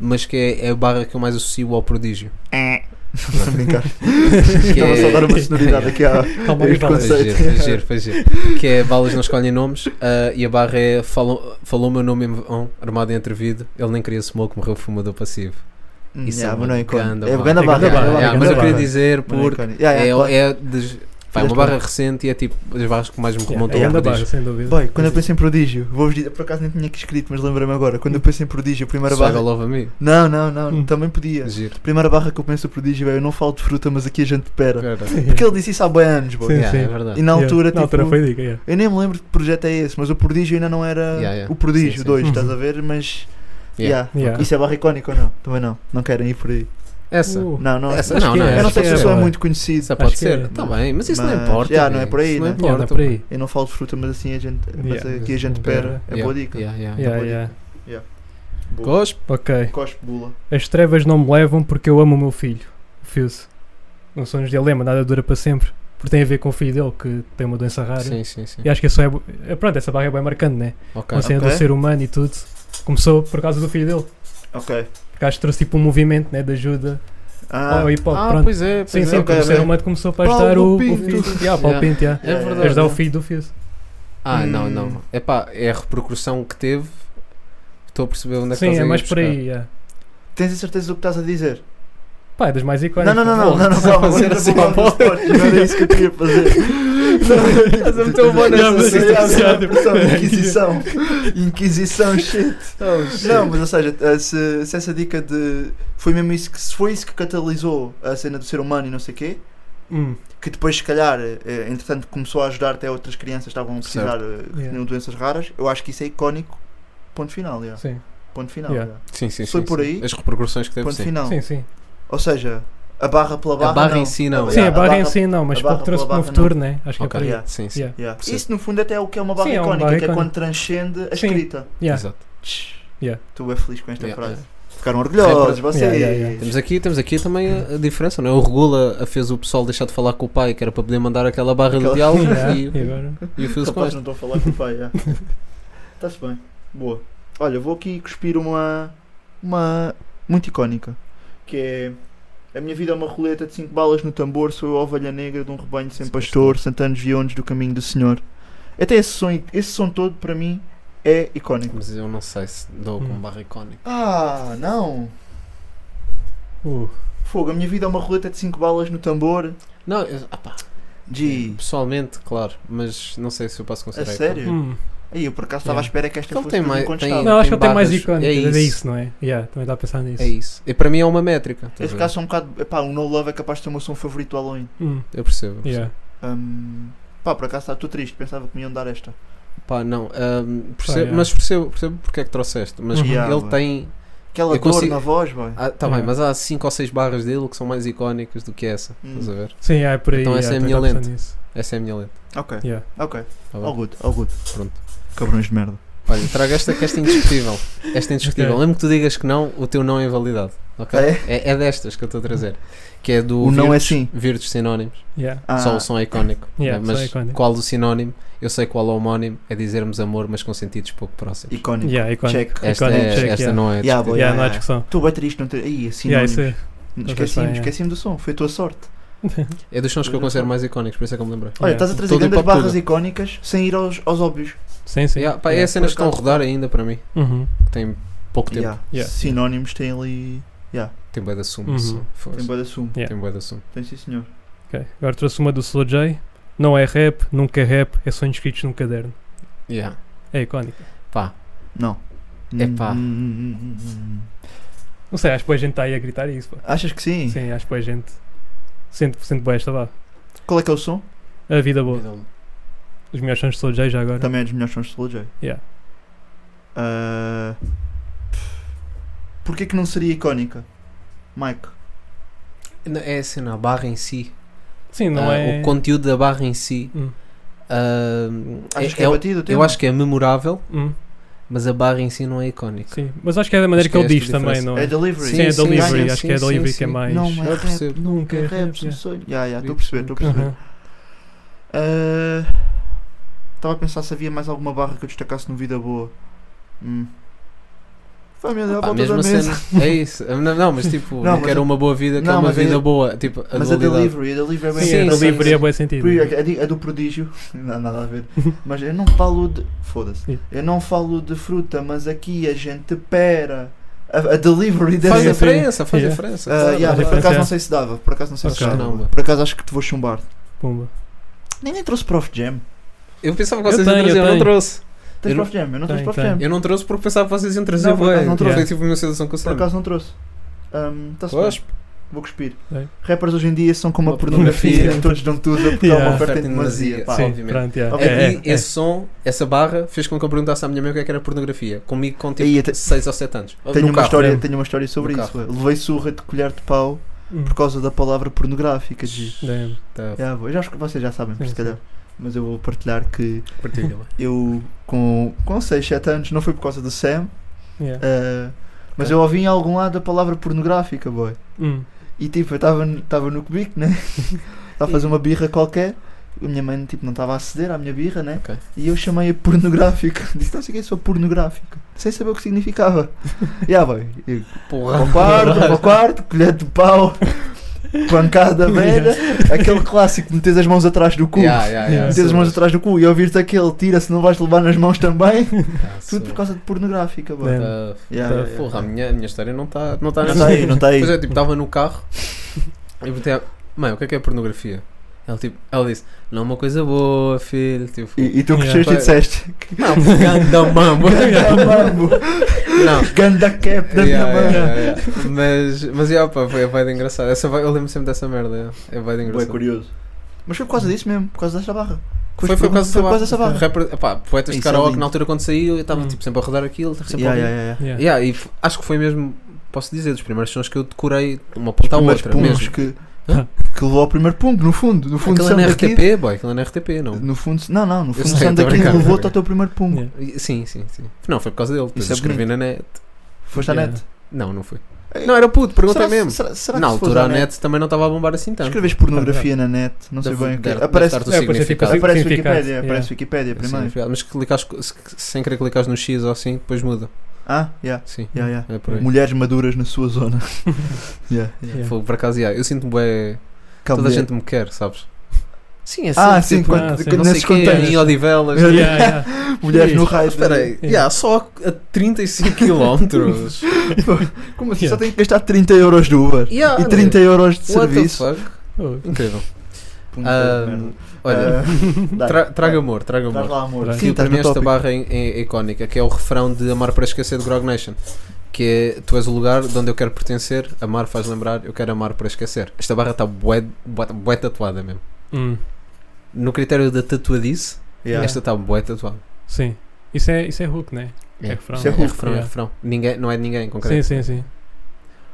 S7: mas que é, é a barra que eu mais associo ao prodígio.
S6: É. Estou a brincar.
S7: Que
S6: Estava só a dar uma
S7: é-
S6: sonoridade aqui à.
S8: Calma
S6: Eu
S8: aí, fala.
S7: Foi é giro, foi giro, foi giro. Que é balas não escolhem nomes ah, e a barra é falou, falou o meu nome em vão, armado e entrevido, ele nem queria smoke, morreu fumador passivo. Isso é
S6: Yeah,
S7: uma
S6: mas não é icónico.
S7: ganda
S6: É
S7: barra.
S6: grande
S8: É
S6: barra.
S8: grande
S6: é
S8: barra,
S6: grande
S7: Ah,
S8: yeah,
S6: barra.
S7: mas eu queria
S8: barra.
S7: dizer
S6: Mas não é
S7: porque
S6: icónico. Yeah,
S7: é,
S6: yeah, claro.
S7: é des- pá, é uma barra recente e é tipo das barras que mais me
S8: Yeah,
S7: remontam
S8: é
S7: ao
S8: grande barra,
S7: prodígio.
S8: sem dúvida.
S6: Boy, quando eu penso em prodígio, vou-vos dizer, por acaso nem tinha aqui escrito, mas lembra-me agora. Quando eu penso em prodígio, a primeira
S7: Swag
S6: barra.
S7: all over me.
S6: Não, não, não,
S8: Hum.
S6: também podia.
S7: Giro.
S6: A primeira barra que eu penso em prodígio é eu não falo de fruta, mas aqui a gente pera.
S7: Cara,
S6: Porque ele disse isso há bem anos, boy.
S8: Sim,
S7: yeah,
S8: sim.
S7: É verdade.
S6: E na altura,
S8: yeah.
S6: tipo.
S8: Na altura foi dica, yeah.
S6: Eu nem me lembro de que projeto é esse, mas o prodígio ainda não era
S7: Yeah, yeah.
S6: o prodígio
S7: Sim, sim.
S6: 2,
S8: Uhum.
S6: estás a ver? Mas.
S7: Yeah.
S6: yeah.
S8: Yeah.
S6: Isso é barra icónica ou não? Também não. Não querem ir por aí.
S7: Essa.
S8: Uh,
S6: Não, não.
S7: Essa
S8: acho
S7: não,
S8: que
S7: não
S8: é.
S7: é.
S6: Eu não sei
S8: acho
S6: se
S8: que
S6: a pessoa é
S8: boy.
S6: muito conhecida.
S7: Essa pode
S8: Acho que
S7: ser.
S8: é.
S7: Está bem, mas isso não
S6: Mas,
S7: importa.
S6: yeah, não é
S7: amigo.
S6: por aí,
S7: Isso não
S6: né?
S8: Yeah,
S7: importa.
S8: não é por aí.
S6: Eu não falo de fruta, mas assim a gente. Mas
S8: Yeah.
S6: aqui a gente pera. É
S7: Yeah,
S6: boa dica.
S7: yeah, yeah.
S8: Yeah,
S6: boa
S8: yeah.
S6: Boa.
S7: Gosto.
S8: Ok.
S6: Cospe Bula.
S8: As trevas não me levam porque eu amo o meu filho. Fuse. não são uns dilema, nada dura para sempre. Porque tem a ver com o filho dele, que tem uma doença rara.
S7: Sim, sim, sim.
S8: E acho que isso é. bu- é, Pronto, essa barra é bem marcante, né?
S7: Ok.
S8: Com a cena
S6: Ok.
S8: do ser humano e tudo. Começou por causa do filho dele.
S6: Ok.
S8: Porque acho que trouxe tipo um movimento, né? De ajuda
S6: Ah,
S8: ao hip hop.
S7: Ah,
S8: pronto.
S7: pois é, pois
S8: Sim,
S7: é.
S8: sim, porque
S6: ok,
S8: o ser
S6: ok.
S8: humano começou para
S7: Paulo
S8: ajudar o, o
S7: Pinto.
S8: filho. Yeah, Paulo
S7: Yeah.
S8: Pinto, yeah.
S7: É verdade.
S8: Ajudar o
S7: é.
S8: filho do Fius.
S7: Ah, não,
S6: Hum.
S7: não. É pá, é a repercussão que teve. Estou a perceber onde é que
S8: Sim,
S7: estás a
S8: é
S7: ir
S8: mais por
S7: buscar.
S8: aí. Yeah.
S6: tens a certeza do que estás a dizer?
S8: Pá, é das mais
S6: Não,
S8: icónicas.
S6: não, não, não, não, não, calma,
S7: Fazer
S6: não
S7: assim,
S6: vou falar
S7: ó.
S6: do esporte, não era isso que eu queria fazer.
S7: Estás a meter o bom
S8: Yeah,
S7: nessa
S8: mas-
S7: cena.
S8: yeah, yeah.
S6: Inquisição, Inquisição, shit.
S8: Oh,
S6: Não, mas ou seja, eh, se, se essa dica de. Foi mesmo isso que. Se foi isso que catalisou a cena do ser humano e não sei o quê,
S8: Hum,
S6: que depois, se calhar, eh, entretanto, começou a ajudar até outras crianças que estavam a precisar, eh, que
S8: Yeah.
S6: tinham doenças raras, eu acho que isso é icónico. Ponto final, yeah.
S8: sim.
S6: Ponto final.
S8: Yeah.
S6: yeah.
S7: Sim, sim, sim.
S6: Foi por
S7: sim.
S6: aí?
S7: As repercussões que teve,
S6: Ponto
S7: sim.
S6: final.
S8: sim, sim.
S6: Ou seja, a barra pela barra.
S7: A barra
S6: não.
S7: em si, não.
S6: Ah,
S8: Sim,
S6: yeah,
S8: a
S6: a
S8: barra em
S6: barra-
S8: si não, mas
S6: a
S8: para o
S6: barra
S8: que trouxe
S6: pela
S8: para o
S6: barra,
S8: futuro, né? Acho que é
S7: Ok.
S8: por aí.
S6: Yeah.
S7: Sim, sim.
S8: Yeah.
S6: Yeah.
S7: Percebo.
S6: Isso, no fundo, até é o que é uma barra
S8: Sim, é uma
S6: icónica,
S8: barra
S6: que é
S8: icónica.
S6: quando transcende a
S8: Sim.
S6: escrita.
S8: Yeah.
S7: Exato.
S6: Tch,
S8: Yeah.
S6: Tu é feliz com esta
S7: Yeah,
S6: frase.
S7: yeah.
S6: Ficaram orgulhosos,
S7: Yeah,
S6: vocês.
S8: yeah, yeah.
S7: Temos aqui, temos aqui também a, a diferença, não é? O Regula a- fez o pessoal deixar de falar com o pai, que era para poder mandar aquela barra
S6: Aquela-
S7: do diálogo
S8: Yeah.
S7: e,
S8: E agora?
S7: e o Fios com
S6: Rapaz,
S7: esta.
S6: não estou a falar com o pai, já. Está-se bem. Boa. Olha, vou aqui cuspir uma. Uma. Muito icónica. Que é. A minha vida é uma roleta de cinco balas no tambor, sou eu a ovelha negra de um rebanho sem
S7: Sim,
S6: pastor, santanos viondes do caminho do Senhor. Até esse som, esse som todo, para mim, é icónico.
S7: Mas eu não sei se dou como
S8: Hum.
S7: barra icónica.
S6: Ah, não!
S8: Uh,
S6: Fogo, a minha vida é uma roleta de cinco balas no tambor.
S7: Não, eu- ah pá,
S6: G.
S7: pessoalmente, claro, mas não sei se eu posso
S6: A
S7: considerar. icónica.
S6: sério?
S8: hum.
S6: Aí eu por acaso estava à
S8: Yeah.
S6: espera que esta
S7: Ele
S6: fosse
S7: Então tem
S6: tudo
S7: mais-
S6: incontestável.
S8: Não, acho que ele tem
S7: barras.
S8: mais icónico.
S7: É
S8: É isso,
S7: isso.
S8: não é? Yeah, também dá a pensar nisso.
S7: É isso. E para mim é uma métrica. estás
S6: Esse
S7: a ver?
S6: caso é um bocado. Epá, o No Love é capaz de ter o meu som favorito do Halloween.
S8: Hum,
S7: Eu percebo. eu percebo.
S8: yeah.
S6: Hum, pá, por acaso estou triste, pensava que me iam dar esta.
S7: Pá, não. ahm, percebo-
S8: yeah.
S7: Mas percebo, percebo porque é que trouxeste. Mas
S8: Uhum.
S6: Yeah,
S7: ele
S6: boy.
S7: tem.
S6: Aquela
S7: Eu
S6: dor
S7: consigo-
S6: na voz, boy.
S7: Ah, tá bem,
S8: Yeah.
S7: mas há 5 ou 6 barras dele que são mais icónicas do que essa.
S6: Hum,
S7: Estás a ver?
S8: Sim, yeah, é por aí.
S7: Então
S8: yeah,
S7: essa é a
S8: também
S7: minha
S8: dá pensar
S7: lente.
S8: nisso.
S7: Essa é a minha lente.
S6: Ok,
S8: Yeah.
S6: ok.
S7: Tá bem?
S6: All good, all good.
S7: Pronto.
S6: Cabrões de merda.
S7: Olha, trago esta que esta é indiscutível. Esta é indiscutível.
S8: Ok.
S7: Mesmo que tu digas que não, o teu não é invalidado. ok?
S6: É?
S7: É, é destas que eu estou a trazer. Que é do
S6: O não é
S7: Virtus-
S6: sim.
S7: Virtus Sinónimos.
S8: Yeah.
S6: Ah,
S7: Só o som é icónico.
S8: Yeah,
S7: né?
S8: só
S7: Mas
S8: é icónico.
S7: qual do sinónimo? Eu sei qual é o homónimo. É dizermos amor, mas com sentidos pouco próximos.
S6: icónico.
S8: Yeah, icónico.
S6: Check.
S7: Esta,
S8: Icónico,
S7: é-
S8: check,
S7: esta
S8: yeah.
S7: não é.
S6: Yeah,
S7: discutível.
S6: boy,
S8: Yeah, não há
S6: yeah.
S8: discussão.
S6: Estou bem triste, não ter. Aí, assim,
S8: Yeah, isso é.
S6: esqueci-me,
S8: yeah.
S6: esqueci-me do som, foi a tua sorte.
S7: É dos sons que eu considero mais icónicos, por isso é que eu me lembrei.
S6: Olha,
S8: Yeah.
S6: estás a trazer
S7: Todo
S6: grandes
S7: hip-hop,
S6: barras
S7: tudo.
S6: icónicas sem ir aos, aos óbvios.
S8: Sim, sim.
S7: Yeah, pá, é as cenas que estão a rodar ainda para mim.
S8: Uhum.
S7: que Tem pouco tempo.
S6: Yeah.
S8: Yeah.
S6: Sinónimos tem ali.
S7: Tem bué de assumo.
S8: Uhum.
S7: só, força.
S6: Tem boa de assumo.
S8: Yeah.
S7: Tem bué de assumo.
S6: Tem sim, senhor.
S8: Ok. Agora trouxe uma do Slow J. Não é rap, nunca é rap, é só inscritos num caderno.
S7: Yeah.
S8: É icónico.
S7: Pá,
S6: Não.
S7: Epá.
S6: Hum, hum, hum, hum, hum.
S8: Não sei, acho que a gente está aí a gritar isso. Pá.
S6: Achas que sim?
S8: Sim, acho que a gente sente, sente boa esta vá.
S6: Qual é que é o som?
S8: A vida boa. Os melhores sons de Slow J já agora.
S6: Também é dos melhores sons de Slow J.
S8: Yeah.
S6: Ah, pff, Porquê que não seria icónica? Mike.
S7: Não, é a cena, a barra em si.
S8: Sim, não
S7: Ah,
S8: é.
S7: O conteúdo da barra em si.
S8: Hum.
S7: ah,
S6: Achas
S7: é-
S6: que é,
S7: é-
S6: batido? o
S7: eu
S6: tema?
S7: acho que é memorável,
S8: Hum,
S7: mas a barra em si não é icónica.
S8: sim. Mas acho que é da maneira
S7: Acho que
S8: que, ele
S7: é
S8: diz
S7: esta a
S8: também,
S7: diferença.
S8: não
S6: É
S8: é?
S6: delivery.
S8: Sim, é
S7: Sim,
S8: delivery.
S7: sim,
S8: acho que é
S7: sim,
S8: delivery
S7: sim,
S8: que é
S7: sim.
S8: mais.
S6: Não, mas
S7: Eu
S6: rap,
S7: percebo.
S6: nunca é
S8: Nunca é
S6: rap,
S8: rap,
S6: sou
S8: yeah.
S6: sonho. Ya, ya, estou a
S7: Acredito,
S6: perceber, estou a perceber.
S8: Aham.
S6: Ah, Estava a pensar se havia mais alguma barra que eu destacasse no Vida Boa. Hum. Família, à
S7: Pá, a
S6: volta da
S7: mesma
S6: mesa.
S7: cena. É isso. Ah, Não, não, mas tipo,
S6: Não,
S7: não,
S6: mas
S7: quero
S6: a-
S7: uma boa vida, quero
S6: não,
S7: uma
S6: mas a-
S7: vida boa. Tipo, a
S6: Mas a
S7: dualidade.
S6: delivery, a delivery é bem
S8: Sim, é
S7: Sim, sim,
S8: delivery
S7: sim.
S8: é bom sentido.
S6: Por- A, di- a do prodígio, não há nada a ver, mas eu não falo de. Foda-se.
S8: Sim.
S6: Eu não falo de fruta, mas aqui a gente pera. A, a delivery dessa.
S7: Faz
S8: Sim, sim.
S7: diferença, faz
S8: Yeah.
S7: diferença.
S6: Ah,
S7: claro.
S6: yeah,
S8: mas
S6: por acaso
S8: é.
S6: não sei se dava, por acaso não sei
S8: Ok.
S6: se
S7: Não,
S6: dava.
S7: mas-
S6: Por acaso acho que te vou chumbar.
S8: Pumba.
S6: Nem, nem trouxe Prof Jam.
S7: Eu pensava que
S8: Eu
S7: vocês
S8: tenho,
S7: iam trazer,
S8: eu
S7: eu não
S8: tenho.
S7: trouxe.
S6: Tens
S7: Eu não-
S6: Prof Jam? Eu não
S8: Tem,
S6: trouxe Prof
S8: tem.
S6: Jam.
S7: Eu não trouxe porque pensava que vocês iam trazer.
S6: Não, por acaso
S7: bué.
S6: não trouxe.
S7: Foi tipo uma sensação que eu
S6: Por
S7: sei.
S6: acaso não trouxe. Ahm, tá-se bem.
S7: Cospe.
S6: Vou cuspir.
S8: Bem.
S6: Rappers hoje em dia são como a
S7: Uma
S6: pornografia,
S8: pornografia.
S6: todos dão tudo porque há
S8: Yeah.
S6: uma oferta em
S7: Oferta em
S6: demasia.
S7: demasia,
S6: pá.
S7: sim.
S8: Sim,
S7: obviamente.
S8: pronto, yeah.
S6: Ok.
S8: É,
S7: Aqui,
S8: é, é.
S7: esse som, essa barra, fez com que eu perguntasse à minha mãe o que é que era pornografia. Comigo com
S6: Aí,
S7: tipo
S6: até-
S7: 6 ou 7 anos.
S6: Tenho,
S7: no
S6: uma
S7: carro.
S6: história,
S8: mesmo.
S6: tenho uma história sobre
S7: No
S6: isso. ué. Levei surra de colher de pau
S8: Hum.
S6: por causa da palavra pornográfica. Gi.
S8: Damn.
S7: Tá,
S6: Já vou- eu já acho que vocês já sabem,
S8: Sim,
S6: se
S8: sim.
S6: calhar. Mas eu vou partilhar que
S7: Partilha. ué.
S6: eu, com, com 6, 7 anos, não foi por causa do Sam, eh,
S8: Yeah.
S6: ah, mas eu ouvi em algum lado a palavra pornográfica, boy.
S8: Hum.
S6: E tipo, eu estava no cubico, né? Estava a fazer uma birra qualquer. A minha mãe tipo, não estava a aceder à minha birra, né?
S7: Ok.
S6: E eu chamei-a pornográfica. Disse, não sei o que é só pornográfica. Sem saber o que significava. e ah, vai. Eu, Para o quarto, para o quarto, colher de pau, pancada velha. Aquele clássico de meter as mãos atrás do cu.
S7: Yeah, yeah, yeah.
S6: Metes as mãos atrás do cu e ouvir-te aquele tira-se, não vais levar nas mãos também.
S7: Ah,
S6: Tudo por causa de pornográfica, boy.
S8: É.
S7: Ah,
S6: Yeah, yeah, yeah.
S7: Porra, a minha, a minha história não está não tá
S6: Não está aí, não está aí.
S7: Pois é, tipo, estava no carro e botei a... Mãe, o que é que é pornografia? Ela, tipo, ela disse, não é uma coisa boa, filho. Tipo,
S6: E, e tu
S8: Yeah.
S6: cresceste e disseste:
S7: não, ganda mambo.
S6: Ganda mambo,
S7: não.
S6: ganda cap da minha
S7: Yeah,
S6: mãe.
S7: yeah, yeah. Mas, mas yeah, pá, foi é a vibe engraçada. Essa vibe- eu lembro sempre dessa merda. yeah. É a vibe engraçada.
S6: curioso. Mas foi por causa disso mesmo, por causa desta barra. Com
S7: Foi,
S6: as
S7: foi por
S6: perguntas,
S7: causa dessa barra.
S6: dessa barra.
S7: Rapper- epá, poetas de
S6: Isso é
S7: karaoke,
S6: lindo.
S7: na altura quando saiu, eu estava
S8: Hum.
S7: tipo, sempre a rodar aquilo, sempre a
S6: Yeah,
S7: ouvir.
S6: yeah, yeah.
S8: Yeah.
S7: Yeah, e f- acho que foi mesmo, posso dizer, dos primeiros sons que eu decorei, uma
S6: Os
S7: ponta à
S6: primeiros
S7: Tá outra.
S6: pumbos
S7: Mesmo.
S6: que,
S7: Hã?
S6: que levou ao primeiro pumbo, no fundo. No fundo,
S7: Aquilo é
S6: são
S7: na
S6: daqui-
S7: RTP, boy, aquilo é na RTP, não.
S6: No fundo, não, não, no
S7: Eu
S6: fundo,
S7: sei,
S6: são
S7: tô a
S6: daqui
S7: brincar, tô a
S6: levou-te ao
S7: brincar.
S6: teu primeiro pumbo.
S8: Yeah.
S7: E- Sim, sim, sim. Não, foi por causa dele. Depois
S6: Isso é
S7: escrevi
S6: bonito.
S7: na net.
S6: Foste à
S8: Yeah.
S6: net.
S7: Não, não foi. Não, era puto, perguntei
S6: será,
S7: mesmo.
S6: Será, será
S7: na
S6: que se fores
S7: altura
S6: à
S7: a net também não estava a bombar assim tanto.
S6: Escreves pornografia na net, não sei
S7: Tá, Deve-
S6: bem o que.
S7: deve- deve
S6: Aparece,
S7: estar-te o
S8: É, pois é,
S7: significado.
S8: fica
S6: aparece
S8: Significado,
S6: Wikipédia,
S8: yeah.
S6: aparece Wikipédia
S7: Sim,
S6: primeiro.
S7: Mas clicares, co- se- sem querer clicares no X ou assim, depois muda.
S6: Ah, yeah,
S7: Sim.
S6: yeah, yeah.
S7: É por aí.
S6: Mulheres maduras na sua zona. yeah.
S8: Yeah.
S7: Fogo, por acaso, yeah, eu sinto-me bué-
S6: Calma,
S7: Toda a
S6: mulher.
S7: gente me quer, sabes? Sim, é
S6: Ah, sim,
S8: tipo,
S6: quando,
S8: ah, sim,
S6: quando
S7: não sei
S6: nesses
S7: quê,
S6: contextos. É.
S7: em Odivelas.
S6: Yeah.
S8: Yeah, yeah.
S6: é- Mulheres no raio. de-
S7: Espera aí,
S8: Yeah.
S7: yeah, só a 35 km.
S6: Como assim? Só
S8: Yeah.
S6: tenho que gastar 30 euros de Uber
S7: yeah,
S6: e 30 euros de
S7: What the
S6: serviço.
S7: fuck?
S8: Oh,
S7: Incrível.
S6: Puta
S7: Ah,
S6: merda.
S7: olha,
S6: Ah, dá.
S7: tra- traga amor, traga
S6: Traz
S7: amor.
S6: lá, amor.
S8: Traz.
S7: Sim,
S6: Sim,
S7: para
S6: estás
S7: mim
S6: no
S7: esta
S6: tópico.
S7: barra é, é icónica, que é o refrão de Amar para Esquecer de Grog Nation. Que é, tu és o lugar de onde eu quero pertencer, amar faz lembrar, eu quero amar para esquecer. Esta barra está bué, bué, bué tatuada mesmo.
S8: hum,
S7: No critério da tatuadice,
S6: Yeah.
S7: esta está bué tatuada.
S8: Sim. Isso é, isso é hook, né? É refrão.
S7: Isso é,
S6: É
S7: refrão,
S6: hook,
S7: é
S8: yeah.
S7: refrão. Ninguém, não é de ninguém em
S8: Sim,
S7: concreto.
S8: sim, sim.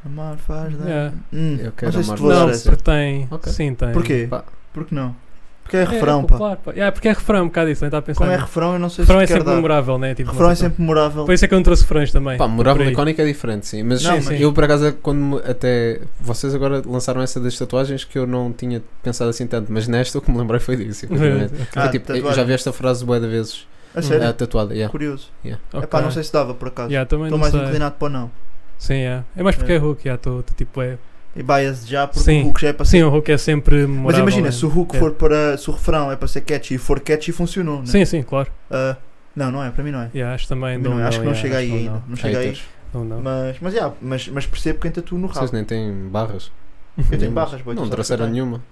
S6: Amar faz, né?
S8: Yeah.
S6: Hum,
S7: Eu quero
S6: não sei se
S7: amar
S6: tu
S7: Vou
S8: Não,
S7: dar
S6: adoras.
S7: essa.
S8: porque tem.
S7: Ok.
S8: Sim, tem.
S6: Porquê?
S7: Pá.
S6: Porque não? Porque é refrão,
S8: é,
S6: pá.
S8: popular, pá. Yeah, porque é refrão, um bocado isso, né? Estava a pensar.
S6: Como é
S8: nisso.
S6: refrão, eu não sei
S8: refrão
S6: se
S8: é
S6: te quero
S8: sempre
S6: dar.
S8: memorável, né? Tipo,
S6: Refrão
S8: uma
S6: é
S8: coisa-
S6: sempre memorável.
S8: Por isso é que eu não trouxe frões também.
S7: Pá,
S8: Por
S7: morável
S8: aí.
S7: icónica é diferente, sim. Mas
S6: Não,
S7: sim,
S8: mas-
S7: eu por acaso quando me- até vocês agora lançaram essa das tatuagens que eu não tinha pensado assim tanto, mas nesta o que me lembrei foi disso. efetivamente.
S8: Ok,
S6: Ah,
S7: É tipo, eu
S6: tatuagem.
S7: já vi esta frase bué de vezes
S6: A É sério?
S7: ah, tatuada. yeah.
S6: Curioso.
S8: ok.
S6: É pá, não sei se dava por acaso.
S8: Yeah, também
S6: Estou
S8: não
S6: mais
S8: sei.
S6: inclinado para o não.
S8: Sim, yeah. é mais porque é, hook, já estou tipo é.
S6: E bias já porque
S8: Sim.
S6: o Hulk já é para
S8: Sim,
S6: ser.
S8: o hook é sempre
S6: Mas
S8: memorável.
S6: imagina,
S8: né?
S6: se o Hulk
S8: É.
S6: for para. Se o refrão é para ser catchy e for catchy, funcionou, né?
S8: Sim, sim, claro.
S6: Ah, não, não é, para mim não é.
S8: Yeah, acho também.
S6: Para mim não é, acho que não
S8: yeah,
S6: chega aí
S8: acho que
S6: ainda. Não chega aí.
S7: Haters.
S8: Não, não. não.
S6: Mas, mas, yeah, mas, mas percebo quem tatua no
S7: Vocês
S6: rabo.
S7: nem têm barras.
S6: Eu tenho
S7: Nenhumas.
S6: barras,
S7: Não
S6: boi. tu sabes que eu
S7: trouxeram
S6: tenho.
S7: nenhuma.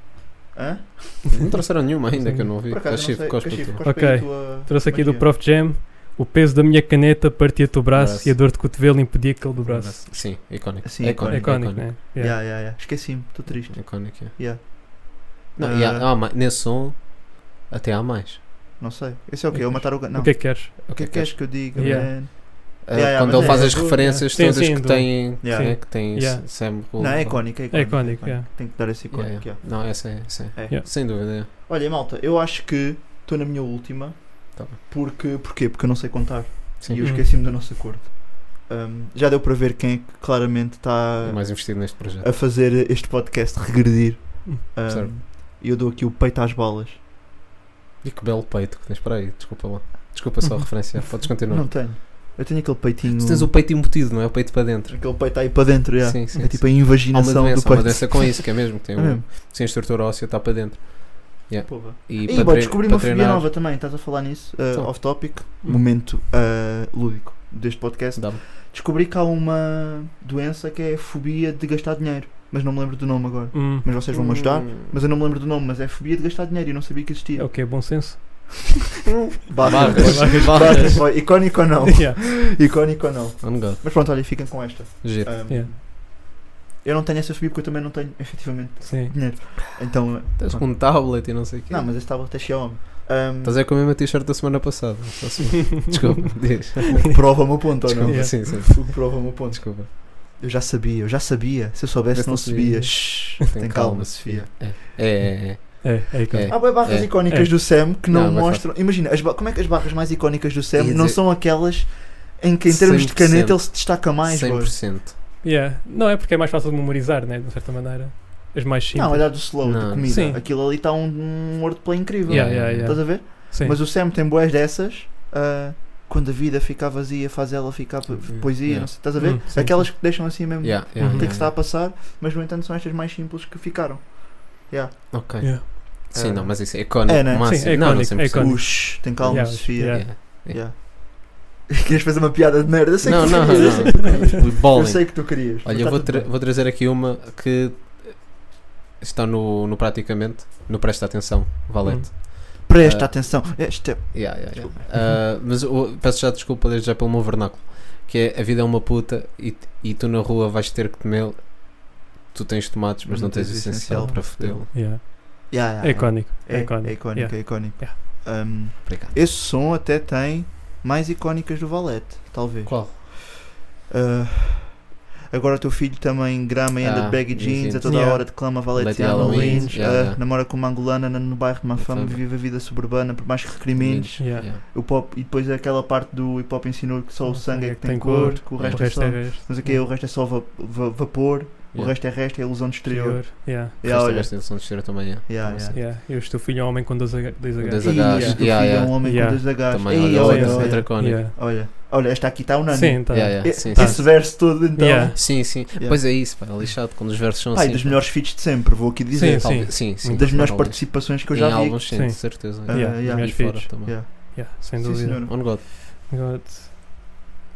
S6: Hã?
S7: Não trouxeram nenhuma ainda
S8: Sim.
S7: que eu não vi.
S6: Por acaso, eu
S7: Cachifo,
S6: não sei.
S7: cospe
S6: Cachifo,
S7: tu.
S6: cospe
S8: Ok.
S6: aí a tua-
S8: Trouxe aqui do
S6: magia.
S8: Prof Jam. O peso da minha caneta partia-te o braço
S7: Braço.
S8: e a dor de cotovelo impedia que ele dobrasse.
S7: Sim, icónico.
S6: Sim,
S7: É
S8: É
S6: icónico. né?
S8: icónico, né? Yeah.
S6: Yeah, yeah, yeah. Esqueci-me, estou triste.
S7: Icónico, é.
S6: Yeah.
S7: Não,
S6: Ah.
S7: e há- há mais- Nesse som, até há mais.
S6: Não sei. Esse é o quê? Eu matar o gato. Não.
S8: O que é que queres?
S6: O que é que queres que eu diga, man?
S8: Yeah.
S7: Ah,
S6: Yeah, yeah,
S7: quando
S6: mas
S7: ele
S6: é-
S7: faz
S8: é
S7: as
S8: do-
S7: referências
S8: yeah. Sim,
S7: todas
S8: sim,
S7: que
S8: do-
S7: têm,
S6: Yeah.
S7: né, que têm
S8: Yeah.
S7: Sam Gold.
S6: Não, é icónico, é icónico.
S8: É icónico, yeah.
S6: Tem que dar esse
S7: Yeah,
S6: icónico.
S7: yeah.
S6: yeah.
S7: Não, essa é, essa é.
S6: É.
S8: Yeah.
S7: Sem dúvida.
S6: Olha, malta, eu acho que estou na minha última.
S7: Tá bem.
S6: Porque, porquê? Porque eu não sei contar.
S7: Sim. Uhum.
S6: E eu
S8: Hum.
S6: esqueci-me do nosso acordo. Ahm, já deu para ver quem é que claramente
S7: É
S6: está
S7: mais investido neste projeto.
S6: a fazer este podcast regredir.
S8: Hum.
S6: Ahm,
S7: Certo.
S6: E eu dou aqui o peito às balas.
S7: E que belo peito que tens para aí, desculpa lá. Desculpa só a referência, podes continuar.
S6: Não tenho. Eu tenho aquele peitinho.
S7: Tu tens o peito embutido, não é o peito para dentro.
S6: Aquele peito aí para dentro, yeah.
S7: Sim, sim,
S6: é tipo
S7: sim. Há
S6: a
S7: uma
S6: invaginação
S7: doença, há uma
S6: do
S7: doença
S6: peito.
S7: com isso, que é mesmo, que tem
S6: É
S7: um,
S6: mesmo?
S7: sem estrutura óssea, está para dentro.
S6: Porra.
S7: E,
S6: E,
S7: para
S6: bom,
S7: tre-
S6: descobri
S7: para
S6: uma fobia
S7: treinar,
S6: nova também, estás a falar nisso, uh,
S7: Então.
S6: off-topic,
S8: Hum.
S6: momento uh, lúdico deste podcast.
S7: dá-me.
S6: Descobri que há uma doença que é a fobia de gastar dinheiro, mas não me lembro do nome agora.
S8: Hum.
S6: Mas vocês vão me ajudar,
S7: Hum.
S6: mas eu não me lembro do nome, mas é fobia de gastar dinheiro e eu não sabia que
S8: É
S6: existia.
S8: o que é bom senso.
S6: Barras.
S7: Barras.
S6: Barras, foi Icónico ou não?
S8: Yeah.
S6: Icónico ou não?
S7: Oh, my God.
S6: Mas pronto, olha, fiquem com esta.
S7: Giro.
S6: Um,
S8: Yeah.
S6: Eu não tenho essa fobia porque eu também não tenho, efetivamente,
S8: Sim.
S6: dinheiro. Então,
S7: Estás com um tablet e não sei o quê.
S6: não, mas este estava até Xiaomi. Um,
S7: Estás é com a mesma t-shirt da semana passada. só assim. Desculpa, diz.
S6: prova o meu ponto ou
S7: Desculpa,
S6: não?
S8: Yeah.
S7: sim, sim.
S6: O que prova o meu ponto.
S7: Desculpa.
S6: Eu já sabia, eu já sabia. Se eu soubesse,
S7: Tiveste
S6: não
S7: um Sofia.
S6: sabia. Shhh,
S7: Tem
S6: tem, calma,
S7: calma,
S6: Sofia.
S7: É, é, é.
S8: É, é icónico.
S7: É.
S6: Há bué barras
S7: É.
S6: icónicas
S8: É.
S6: do Sam que não,
S7: Não, vai
S6: mostram. Imagina, as ba- como é que as barras mais icónicas do Sam
S7: Ia
S6: não
S7: dizer-
S6: são aquelas em que, em termos de
S7: 100%.
S6: caneta, ele se destaca mais? boy?
S7: 100%.
S8: Yeah. Não é porque é mais fácil de memorizar, né? De certa maneira. As mais simples.
S6: Não, olhar do slow,
S7: Não.
S6: de comida.
S8: Sim.
S6: Aquilo ali está um, um wordplay incrível.
S8: Yeah, yeah, yeah.
S6: Estás a ver?
S8: Sim.
S6: Mas o Sam tem boas dessas. ah, quando a vida fica vazia, faz ela ficar p-
S7: Uhum.
S6: poesia,
S7: Yeah.
S6: não sei, estás a ver?
S8: Hum, sim, Uhum.
S6: Aquelas que deixam assim mesmo
S7: Yeah,
S6: o
S7: yeah,
S6: que é que
S7: yeah,
S6: está a passar, mas no entanto são estas mais simples que ficaram.
S7: Ok.
S8: Yeah.
S7: Sim, não, mas isso é icónico.
S6: É, né?
S7: máximo.
S8: Sim, é
S7: não, não,
S8: icónico, é
S7: 100%.
S8: icónico. Quando-
S6: Ush, tem calma,
S8: Yeah,
S6: Sofia.
S8: yeah.
S6: Yeah. Querias fazer uma piada de merda? Eu sei
S7: Não,
S6: que tu
S7: não,
S6: querias.
S7: não.
S6: Eu
S7: Bowling.
S6: sei que tu querias. tá
S7: Olha, eu vou, tra- vou trazer aqui uma que está no, no praticamente, no Presta Atenção, Valete.
S6: Presta
S7: Ah.
S6: atenção. Este é-
S7: Yeah, yeah, yeah. Ah, mas eu- peço já desculpa desde já pelo meu vernáculo, que é a vida é uma puta e, e tu na rua vais ter que comer, tu tens tomates, mas não, tens, o essencial para fodê-lo.
S8: Hum, Yeah.
S6: Yeah, yeah,
S8: É icónico.
S6: É, é
S8: É
S6: icónico,
S8: icónico.
S6: é icónico.
S8: Yeah. Yeah.
S6: Um,
S7: Obrigado.
S6: esse som até tem mais icónicas do Valete, talvez.
S7: Qual?
S6: Ah, agora o teu filho também grama e anda
S7: Ah,
S6: de baggy
S7: e
S6: jeans,
S7: jeans.
S6: a toda
S8: Yeah.
S6: hora declama
S7: Late
S6: Valete e
S7: Halloween,
S6: Halloween,
S7: yeah, yeah.
S6: namora com uma angolana na- no bairro de Mafama,
S7: Mafama.
S6: vive a vida suburbana, por mais que recrimines.
S8: Yeah.
S6: O pop, e depois é aquela parte do hip hop ensinou que só o sangue é que tem, cor,
S8: cor,
S6: que o resto é só.
S8: resto.
S6: Mas aqui o resto é só va- va- vapor, o
S7: Yeah. é
S6: resto é resto, é ilusão de exterior.
S8: Exterior. Yeah.
S6: Yeah, olha.
S7: Esta versão de cheiro também é.
S6: Yeah, yeah.
S8: Yeah. E o teu filho é um homem com dois H. Dois H.
S7: Dois
S6: Ih,
S7: H.
S6: este teu
S7: Yeah,
S6: filho é
S7: yeah.
S6: um homem
S8: Yeah.
S6: com dois H's.
S7: Também,
S6: Ei,
S7: olha,
S6: olha,
S7: olha,
S6: olha,
S7: outra
S6: olha,
S7: icónica.
S6: olha, esta aqui está unânime.
S8: Sim, tá.
S7: Yeah, yeah,
S6: E-
S7: Sim, sim.
S6: Esse verso todo então.
S8: Yeah.
S7: Sim, sim.
S6: Yeah.
S7: Pois é isso, pá, é lixado quando os versos são
S6: Pai,
S7: assim.
S6: dos
S7: pá.
S6: melhores feats de sempre, vou aqui dizer.
S8: Sim,
S7: Talvez- sim, sim.
S6: das melhores
S7: talvez.
S6: participações que eu
S7: Em
S6: já vi.
S7: alguns, sim, de
S8: Sim.
S7: certeza.
S6: Ah,
S8: Yeah,
S6: yeah.
S7: E
S8: Melhores
S7: fora
S8: feeds.
S7: também.
S6: Yeah.
S8: Yeah, Sem
S6: Sim,
S8: dúvida.
S6: senhora.
S7: On God.
S8: God.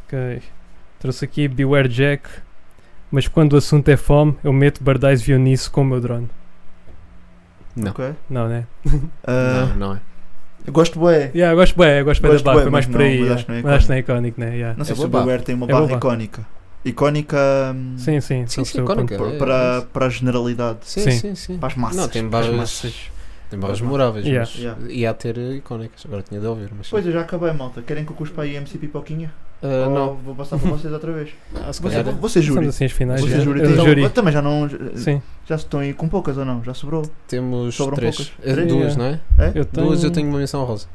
S8: Ok. Trouxe aqui Beware Jack. Mas quando o assunto é fome, eu meto Bardais Vionice com o meu drone.
S7: Não.
S6: Ok.
S8: Não, né?
S6: Ah,
S7: Não, não é.
S6: eu gosto bué.
S8: Yeah, eu gosto bem, eu gosto bem da
S6: Gosto
S8: barra,
S6: bué,
S8: foi mais
S6: mas
S8: por
S6: não,
S8: aí.
S6: mas
S8: yeah.
S6: acho que não é
S8: Mas acho que não é icónico, né? Yeah.
S6: Não sei
S7: É
S6: se o
S7: boa
S6: Beware tem uma
S8: É
S6: barra
S8: boa barra.
S6: icónica. Icónica hum,
S8: Sim,
S7: Sim,
S8: sim, sou-
S7: sim,
S8: sou
S7: icónica.
S8: contra.
S6: por-
S7: é,
S6: para,
S7: é.
S6: para a generalidade.
S7: Sim,
S8: Sim.
S7: sim, sim.
S6: Para as massas.
S7: Não, tem
S6: para as
S7: barras-
S6: massas.
S7: Tem barras memoráveis,
S8: Yeah.
S7: mas
S6: Yeah.
S7: ia a ter icónicas. Agora tinha de ouvir, mas.
S6: Pois eu já acabei, malta. Querem que eu cuspa aí MC Pipoquinha?
S7: Ah,
S6: Ou
S7: não.
S6: Vou passar para vocês outra vez.
S7: Ah, se
S6: Você,
S7: calhar.
S6: você júri.
S8: Somos assim as finais.
S6: Você
S8: yeah.
S6: júri.
S8: Eu
S6: Então,
S8: júri.
S6: eu também já não.
S8: Sim,
S6: Já estão aí com poucas ou não? Já sobrou?
S7: Temos
S6: Sobram
S7: três.
S6: poucas.
S7: Eh,
S6: Três?
S7: Duas,
S8: Yeah.
S7: não é?
S8: eu tenho, um.
S7: Duas eu tenho uma menção rosa.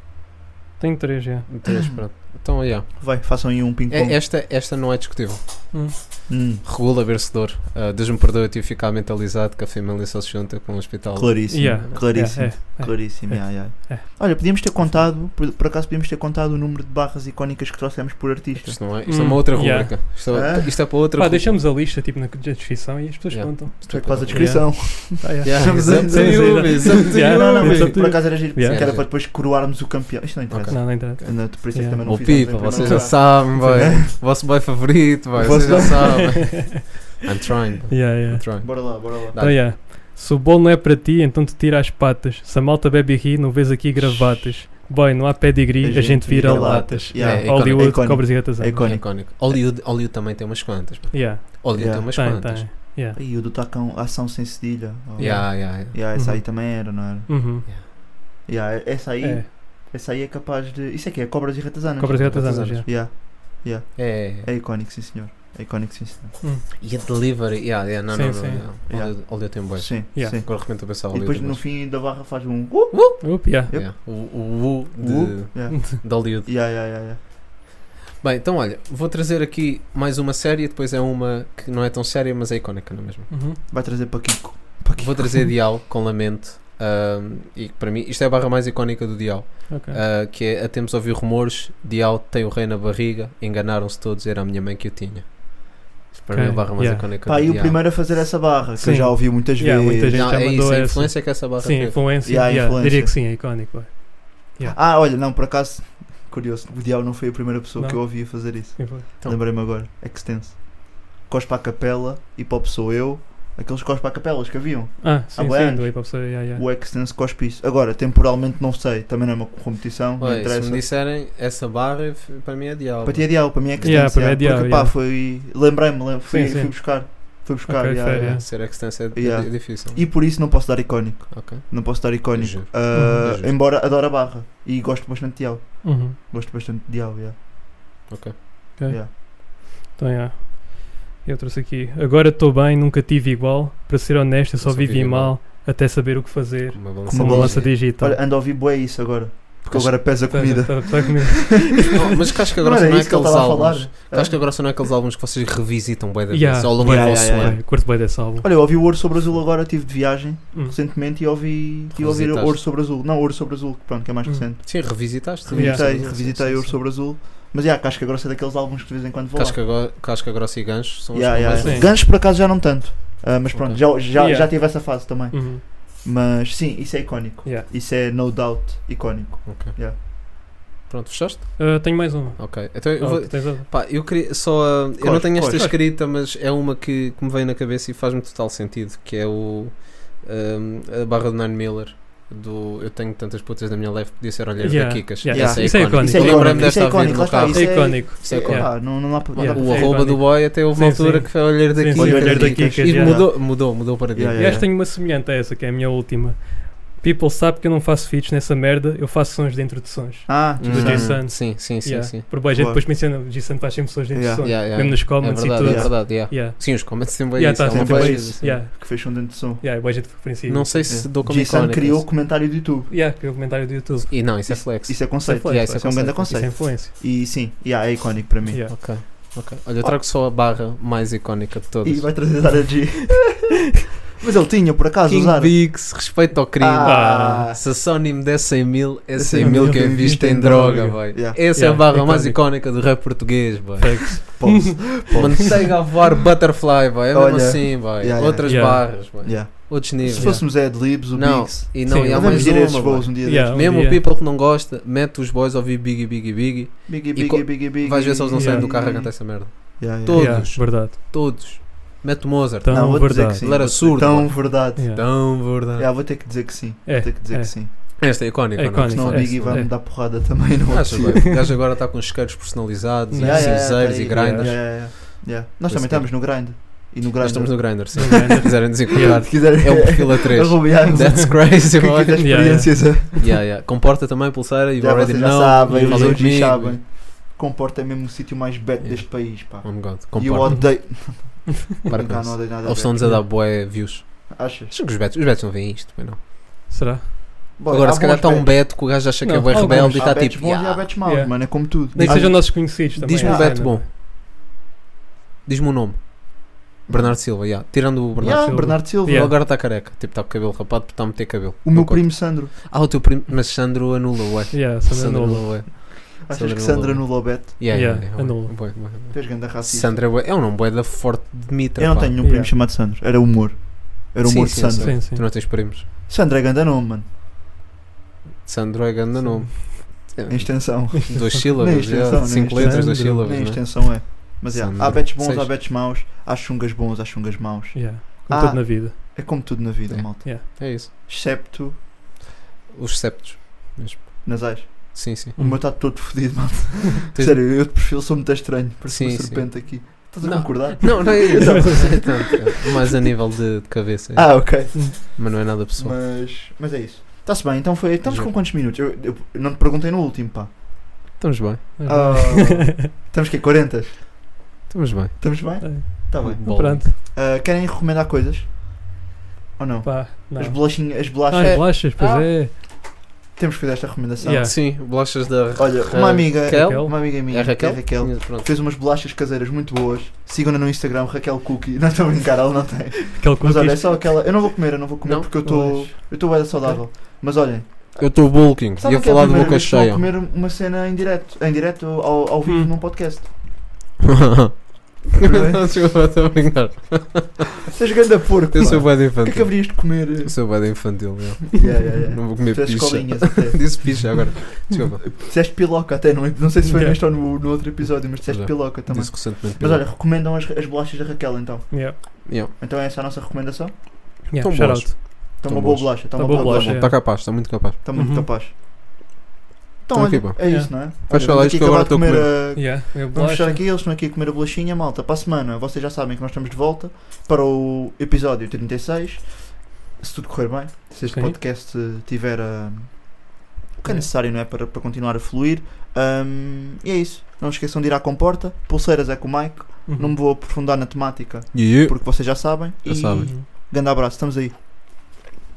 S8: tenho três, já.
S7: Três, pronto. Então, yeah.
S6: Vai, façam aí um
S7: É,
S6: ping-pong.
S7: esta, esta não é discutível.
S6: Hum,
S7: Regula vencedor. Ah, Deus-me perdoe, eu tive que ficar mentalizado que a família só se junta com o hospital.
S6: claríssimo.
S8: Yeah,
S6: Claríssimo.
S8: yeah, é, é.
S6: Claríssimo,
S8: É.
S6: yeah, yeah.
S8: É.
S6: Olha, podíamos ter contado, por, por acaso podíamos ter contado o número de barras icónicas que trouxemos por artista.
S7: Isto, não é, isto é
S8: Hum,
S7: uma outra
S8: yeah.
S7: rubrica. Isto, é-
S6: Ah.
S7: isto é para outra
S8: Pá,
S7: rubrica.
S8: deixamos a lista tipo na descrição e as pessoas
S7: Yeah.
S8: contam.
S6: Isto é quase a descrição.
S8: Yeah. Tá, yeah.
S7: Yeah,
S6: Ah, Estamos a-
S7: it's up to you, it's up to
S8: Yeah,
S7: you,
S8: não, não,
S7: baby.
S8: it's up to
S6: Por acaso era giro,
S8: Yeah.
S6: que era para depois coroarmos o campeão. Isto não interessa.
S8: Não, não interessa.
S6: Não, por isso é que
S8: Yeah.
S6: também não
S7: Ô
S6: fizemos em
S7: Pipa,
S6: primeiro
S7: vocês já
S6: lugar.
S7: sabem, boy. O vosso boy favorito, boy.
S6: O
S7: Vocês já
S6: vosso
S7: sabem. I'm trying, boy.
S8: Yeah, yeah.
S7: I'm trying.
S6: Bora lá, bora lá.
S7: Dá.
S8: Então, yeah. Se o bolo não é para ti, então te tira as patas. Se a malta bebe e ri, não vês aqui gravatas. Boy, não há pedigree, a gente, vira latas.
S6: Yeah.
S7: É,
S8: Hollywood,
S6: icónico.
S8: cobras e gatas.
S6: É icónico.
S7: É icónico. Hollywood, Hollywood também tem umas quantas. pá.
S8: Yeah,
S7: Hollywood
S6: Yeah.
S7: tem umas
S8: tem,
S7: quantas.
S8: tem. Yeah.
S6: E o do tacão, ação sem cedilha. Oh.
S7: Yeah, yeah, yeah.
S6: Yeah, essa aí
S8: Uhum.
S6: também era, não era?
S8: Uhum.
S6: Yeah, essa, aí,
S8: É,
S6: essa aí é capaz de. Isso é que é cobras e ratazanas.
S8: cobras e gatas.
S7: Ratazanas.
S8: yeah.
S6: Yeah.
S7: É.
S6: É icónico, sim senhor. É icónico, sim senhor.
S7: E a delivery. Yeah, yeah, não,
S8: Sim,
S7: não,
S8: sim.
S7: não. não.
S6: Yeah.
S7: Hollywood- Hollywood tem boas.
S6: Sim,
S8: Yeah.
S6: sim.
S7: Agora de repente eu pensava
S6: E
S7: Hollywood.
S6: depois
S7: tem
S6: no
S7: boas.
S6: fim da barra faz um. Uh!
S8: Oop, yeah.
S6: Yep.
S7: Yeah. O o- o
S6: Uh.
S7: de,
S6: Yeah.
S7: de Hollywood.
S6: Yeah, yeah, yeah, yeah.
S7: Bem, então olha, vou trazer aqui mais uma série. Depois é uma que não é tão séria, mas é icónica, não é mesmo?
S8: Uhum.
S6: Vai trazer para Kiko.
S7: Vou trazer Dial com Lamento. ahm, e que para mim, isto é a barra mais icónica do Dial.
S8: Ok.
S7: ah, que é: a temos ouvir rumores, Dial tem o rei na barriga, enganaram-se todos, era a minha mãe que o tinha. Isto para
S8: Ok,
S7: mim é a barra mais
S8: yeah.
S7: icónica
S6: Pá,
S7: do
S6: e o
S7: Dial.
S6: primeiro a fazer essa barra, que eu
S8: Sim.
S6: já ouvi muitas
S8: Yeah,
S6: vezes.
S8: muita gente
S7: Não,
S8: já
S7: é
S8: mandou
S7: isso, a
S8: essa.
S7: influência que essa barra
S8: Sim,
S7: teve.
S8: influência.
S6: Yeah,
S8: yeah,
S6: influência.
S8: Diria que sim, é icónico. ué. Yeah.
S6: Ah, olha, não, por acaso, curioso, o Diabo não foi a primeira pessoa
S8: Não.
S6: que eu ouvi a fazer isso.
S8: Influ-
S7: Então.
S6: Lembrei-me agora, extenso. Cospa à capela, hip hop sou eu, aqueles cospa à capelas que haviam.
S8: Ah, sim,
S6: bué
S8: sim,
S6: anos.
S8: do hip hop. Yeah, yeah.
S6: O extenso cospe isso. Agora, temporalmente não sei, também não é uma competição, não
S7: Olha, se
S6: interessa.
S7: me disserem essa barra, f- para mim é Dial.
S6: Para ti é Diabo, para mim é extenso.
S8: Yeah, para mim é
S6: yeah,
S8: Diabo,
S6: porque pá,
S8: yeah.
S6: foi. Lembrei-me, lem- fui,
S8: Sim, sim.
S6: fui buscar. Fui buscar,
S8: Ok,
S6: yeah,
S8: fair,
S6: yeah.
S8: yeah.
S7: Ser extensa é,
S6: Yeah.
S7: é difícil.
S6: E por isso não posso dar icónico.
S7: Ok.
S6: Não posso dar icónico.
S7: Juro.
S6: Ah,
S7: Uhum. Juro.
S6: Embora adoro a barra. E gosto bastante de Diabo.
S8: Uhum.
S6: Gosto bastante de Diabo, yeah.
S8: Então, yeah. Eu trouxe aqui. Agora estou bem, nunca tive igual. Para ser honesto, eu só vivi mal até saber o que fazer.
S7: Uma balança
S8: Com uma
S6: balança.
S8: balança digital.
S6: Olha, ando a ouvir bué isso agora. Porque que eu agora pesa comida.
S8: Tá- tá- tá comigo.
S7: Não, mas Casca
S6: Não
S7: Grossa
S6: era
S7: não é
S6: isso que ele
S7: aqueles
S6: estava a
S7: álbuns.
S6: falar.
S7: Casca Grossa não é aqueles álbuns que vocês revisitam bem da vez
S8: Yeah.
S7: ao longo
S6: Yeah,
S7: do vosso
S6: yeah, yeah,
S7: ano.
S8: Eu Curto bem desse álbum.
S6: Olha, eu ouvi o Ouro sobre Azul agora, tive de viagem
S8: Hum.
S6: recentemente e ouvi tive a ouvir
S7: Revisitaste.
S6: Ouro sobre Azul. Não, Ouro sobre Azul, que pronto, que é mais
S8: Hum.
S6: recente.
S7: Sim, revisitaste.
S6: Revisitei,
S7: Sim, sim,
S6: revisitei
S7: sim,
S6: Ouro
S7: sim.
S6: sobre Azul. Mas yeah, Casca Grossa é daqueles álbuns que de vez em quando vou lá.
S7: Casca, Go- Casca Grossa e Gancho são
S6: Yeah,
S7: os
S6: yeah,
S8: Sim.
S6: yeah. Ganchos por acaso já não tanto. Ah, mas pronto,
S7: Ok. Hum.
S6: já, já,
S8: Yeah.
S6: já tive essa fase também.
S8: Uhum.
S6: Mas sim, isso é icónico.
S8: Yeah.
S6: Isso é no doubt icónico.
S7: Pronto, fechaste?
S8: Ah, tenho mais uma.
S7: Ok. Então eu
S8: Ah,
S7: vou.
S8: tu tens outra?
S7: Pá, eu queria só. ah, eu não
S6: Corre,
S7: tenho esta
S6: corre.
S7: escrita, mas é uma que, que me veio na cabeça e faz-me total sentido, que é o. ah, a barra do Nine Miller. Do Eu tenho tantas putas na minha leve, podia ser olhar
S8: Yeah,
S7: da Kikas.
S8: yeah,
S7: Essa
S8: isso é icónico.
S6: Isso é
S7: Eu lembrei-me
S6: icónico, isso
S7: desta
S6: é
S7: a vir
S6: icónico,
S7: no
S6: lá está.
S7: carro.
S6: Isso
S8: É
S6: é
S8: icónico.
S7: Isso é
S6: Pá,
S8: Yeah.
S6: não, não dá para.
S8: Yeah.
S7: O
S8: É
S7: arroba do
S8: icónico.
S7: boy até houve uma
S8: Sim,
S7: altura
S8: sim.
S7: que foi olhar da
S8: Sim, sim,
S6: Olhar
S7: Kikas.
S6: da
S8: Kikas,
S7: E
S8: yeah.
S7: mudou, mudou, mudou para dentro.
S6: Yeah,
S8: E acho que tenho uma semelhante a essa, que é a minha última. People sabe que eu não faço feats nessa merda, eu faço sons de introduções.
S6: Ah,
S8: Do
S6: sim.
S8: Jason.
S7: Uhum. Sim, sim, sim.
S8: Yeah.
S7: sim.
S8: Por baixo,
S6: Boa.
S8: depois menciona, o Jason faz sempre sons de
S6: Yeah.
S8: introduções.
S7: Yeah, yeah.
S8: Mesmo nos
S7: É
S8: comments
S7: verdade,
S8: e
S7: é
S8: tudo.
S7: verdade. yeah.
S8: Yeah.
S7: Sim, os comments sempre
S8: Yeah,
S7: isso.
S8: tá
S7: é uma
S6: sempre
S7: coisa,
S6: isso.
S7: assim.
S8: Yeah.
S6: que fez um dentro de som.
S8: Yeah, o gente referencia.
S7: Não sei se dou como
S6: Jason
S7: icónico.
S6: criou o comentário do YouTube.
S8: Yeah, que é o comentário do YouTube.
S7: E não, isso é flex.
S6: Isso é conceito.
S7: Yeah, isso é
S6: Isso é um grande
S7: conceito.
S8: Isso é
S6: conceito.
S8: influência.
S6: E sim, yeah, é icónico para mim.
S8: Yeah.
S7: Ok, ok. Olha, eu trago só a barra mais icónica de todas.
S6: E vai trazer Zara G. Mas ele tinha, por acaso,
S7: King
S6: Zara.
S7: Biggs, respeito ao crime.
S6: Ah.
S7: Se a Sony me der 100 mil, é 100
S6: 100
S7: mil
S6: mil
S7: que eu
S6: quem
S7: invisto
S6: invista
S7: em
S6: em
S7: droga,
S6: droga.
S7: boy.
S6: Yeah.
S7: Essa é a
S8: Yeah,
S7: barra mais
S8: icónico.
S7: icónica do rap português, boy.
S8: Facts.
S6: Pause.
S7: Manteiga a voar Butterfly, boy. É mesmo
S6: Olha.
S7: assim, boy.
S6: Yeah, yeah.
S7: Outras
S8: Yeah.
S7: barras, boy.
S6: Yeah.
S7: Outros
S6: Se
S7: níveis.
S6: fôssemos Ed Libs, o
S7: Não,
S6: Biggs.
S7: e não,
S8: Sim,
S7: e há
S8: mas
S6: Podemos
S7: mais
S6: ir a esses
S7: uma, boy.
S6: voos um dia
S8: Yeah.
S6: desses.
S8: um
S7: Mesmo o
S8: dia.
S7: people que não gosta, mete os boys a ouvir Biggie, Biggie, Biggie.
S6: Biggie,
S7: E co-
S6: Biggie, Biggie, Biggie.
S7: Vais ver se eles não saem
S8: Yeah.
S7: do carro a cantar essa merda.
S6: Yeah, yeah.
S7: Todo.
S8: Yeah,
S7: Todos.
S8: verdade.
S7: Todos. Mete o Mozart.
S8: Então,
S6: Não, vou dizer que
S8: verdade.
S6: sim.
S7: Ele era
S6: Vou dizer-
S7: surdo,
S6: Tão
S7: pá.
S6: verdade.
S8: Yeah.
S7: Tão verdade.
S6: Yeah, vou ter que dizer que sim.
S8: É,
S6: Vou ter que dizer
S8: é.
S6: que sim.
S7: Esta é icónica.
S8: É
S7: não é?
S8: icónica.
S6: Senão o
S8: é,
S6: Biggie vai
S8: é.
S6: me dar porrada também, não
S7: Achas,
S6: é?
S7: bem? o gajo agora está com os isqueiros personalizados,
S8: Yeah,
S7: e
S8: yeah,
S7: cinzeiros e
S6: yeah,
S7: grinders.
S6: yeah, yeah, yeah. Yeah. Nós
S7: Por
S6: também
S7: isso que-
S6: estamos no grind. E no
S7: Nós
S6: grind.
S7: estamos no grinder, sim.
S8: No Grindr.
S7: Se quiserem nos encontrar,
S6: Se quiserem-
S7: é um perfil a 3.
S6: Arrobeados.
S7: That's crazy,
S6: Quem
S7: boy.
S6: quiser
S8: Yeah, yeah.
S6: experiências,
S7: Yeah, yeah. Comporta também pulseira, you've
S6: já
S7: already
S6: vocês já
S7: know.
S6: sabem, os
S7: falem
S6: outros
S7: comigo.
S6: sabem. Comporta é mesmo o sítio mais beto
S7: Yeah.
S6: deste país, pá.
S7: Oh my god,
S6: E eu
S7: comporta.
S6: odeio.
S7: Para
S6: Não,
S7: com
S6: não
S7: isso.
S6: odeio nada. a
S7: Eles
S6: ver.
S7: estão-nos a dar bué views.
S6: Achas?
S7: Acham que os betos, os betos não veem isto, pois não.
S8: Será?
S6: Bom,
S7: Agora,
S6: há
S7: se calhar está
S6: bons
S7: um
S6: betos.
S7: beto que o gajo acha que é
S8: Não,
S7: bué
S8: alguns.
S7: rebelde e
S6: Há
S7: está
S6: betos
S7: tipo,
S6: bons e há
S7: "Yeah,
S6: betos maus,
S8: Yeah.
S6: mano. É como tudo.
S8: Nem que
S6: Há-
S8: sejam nossos conhecidos também.
S7: Diz-me
S8: é
S7: um
S8: cena.
S7: beto bom. Diz-me um nome. Bernardo Silva, yeah. tirando o Bernardo
S6: Yeah,
S8: Silva.
S6: Bernardo Silva.
S7: Ele
S8: Yeah.
S7: agora está careca, tipo, está com cabelo rapado porque está a meter cabelo.
S6: O meu
S7: Não conta.
S6: primo Sandro.
S7: Ah, o teu primo. Mas Sandro anula, ué.
S8: Yeah,
S7: Sandro
S8: Sandra Nola.
S7: anula, ué.
S6: Achas
S7: Sandro
S6: que Sandro
S7: Nolo.
S6: anulou o Beto?
S7: Yeah, yeah,
S8: Yeah,
S7: yeah, ué.
S8: anula.
S7: Bué, bué, bué.
S6: Tu és ganda racista.
S7: Sandro é, bué- é um nome bué da forte de Mitra.
S6: Eu não
S7: pá.
S6: tenho nenhum primo
S8: Yeah.
S6: chamado Sandro. Era humor. Era humor
S7: Sim,
S6: de
S7: sim, eu
S6: Sandro.
S7: sei.
S8: Sim, sim.
S7: Tu não tens primos.
S6: Sandro é ganda nome, mano.
S7: Sandro é grande nome.
S6: Em extensão.
S7: Dois
S6: é- Nem
S7: sílabas,
S6: extensão,
S7: yeah.
S6: nem
S7: cinco
S6: extensão.
S7: letras, duas
S8: Sandro,
S7: sílabas.
S6: Nem
S7: né?
S6: extensão é. Mas yeah, há
S7: Sandro.
S6: betos bons,
S7: Seis.
S6: há betos maus. Há chungas bons, há chungas maus.
S8: Yeah. Como
S6: Ah.
S8: tudo na vida.
S6: É como tudo na vida,
S7: É.
S6: malta.
S7: É isso.
S6: Excepto
S7: Os septos.
S6: nasais.
S7: Sim, sim.
S6: O meu está todo fodido, malta.
S7: Tens-
S6: Sério, eu de perfil sou muito estranho. Parece
S7: Sim,
S6: uma
S7: sim.
S6: serpente aqui. Estás a
S7: Não.
S6: concordar?
S7: Não, não é isso. Não é tanto, é. Mais a nível de, de cabeça. é.
S6: Ah, ok.
S7: Mas não é nada pessoal.
S6: Mas, mas é isso. Está-se bem, então foi. Estamos
S7: Juro.
S6: com quantos minutos? Eu, eu- eu não te perguntei no último, pá.
S7: Estamos bem.
S8: É
S6: Ah, estamos que 40?
S7: Estamos bem.
S6: Estamos bem? Está Tá bem.
S7: Bom.
S8: Pronto.
S6: Ah, querem recomendar coisas? Ou não?
S8: Pá, não.
S6: As bolachinhas, as
S8: Ah,
S6: bolachas.
S8: as bolachas, pois
S7: Ah.
S8: é.
S6: Temos que fazer esta recomendação.
S8: Yeah.
S7: Sim, bolachas da
S6: Olha, uma amiga,
S7: Raquel.
S8: Raquel.
S6: uma amiga minha,
S7: É Raquel?
S6: que Raquel,
S7: Pronto.
S6: fez umas bolachas caseiras muito boas. Sigam-na no Instagram, Raquel Cookie. Não estou a brincar, ela não tem.
S8: Aquele
S6: Mas olha, é
S8: cookies.
S6: só aquela. Eu não vou comer, eu não vou comer
S7: Não?
S6: porque eu estou. Eu estou bem saudável. Mas olhem,
S7: Eu estou bulking.
S6: sabe
S7: Ia
S6: que é a
S7: falar de
S6: primeira
S7: boca
S6: vez que
S7: cheia.
S6: vou comer uma cena em direto, em direto ao, ao vivo
S8: Hum.
S6: num podcast.
S7: Não, desculpa, estou a brincar.
S6: Estás grande a porco.
S7: Eu
S6: pá.
S7: sou bué de
S6: O que é que
S7: infantil.
S6: haverias de comer?
S7: Eu sou bué de infantil, meu.
S6: Yeah, yeah, yeah.
S7: Não vou comer
S6: Tu és Tá
S7: picha.
S6: colinhas até.
S7: Disse picha agora. Desculpa.
S6: Disseste piloca até, não, é- não sei se foi
S8: Yeah.
S6: neste ou no, no outro episódio, mas disseste
S7: Já.
S6: piloca também.
S7: é. Disse recentemente.
S6: Mas olha, recomendam as, as bolachas da Raquel então.
S8: Yeah.
S7: Yeah.
S6: Então essa é a nossa recomendação.
S8: Yeah,
S7: Tão
S8: shout
S7: boas.
S8: out.
S6: Está
S7: Tão
S6: uma boa
S7: boas.
S6: bolacha, está
S8: Tá
S6: uma
S8: boa
S6: boa
S8: bolacha,
S6: bolacha.
S8: é.
S7: Está capaz, está muito capaz.
S6: Está muito
S8: Uhum.
S6: capaz. Então,
S7: Então
S6: olha,
S7: aqui, pá.
S6: é isso, não é?
S7: Fecha
S6: Olha,
S7: lá isto
S6: vamos aqui
S7: que eu agora
S6: acabar
S7: estou a
S6: de
S7: comer.
S6: a-
S8: Yeah, minha
S6: Vamos
S8: bolacha.
S6: fechar aqui, eles estão aqui a comer a bolachinha, malta. Para a semana, vocês já sabem que nós estamos de volta para o episódio 36. Se tudo correr bem, se este
S8: Sim.
S6: podcast eh, tiver ah, o que é
S8: É.
S6: necessário, não é? Para, para continuar a fluir. Ahm, e é isso. Não se esqueçam de ir à comporta. Pulseiras é com o Mike.
S8: Uhum.
S6: Não me vou aprofundar na temática
S7: Yeah.
S6: porque vocês já sabem.
S7: Já
S6: e
S7: sabem.
S8: Uhum.
S6: grande abraço, estamos aí.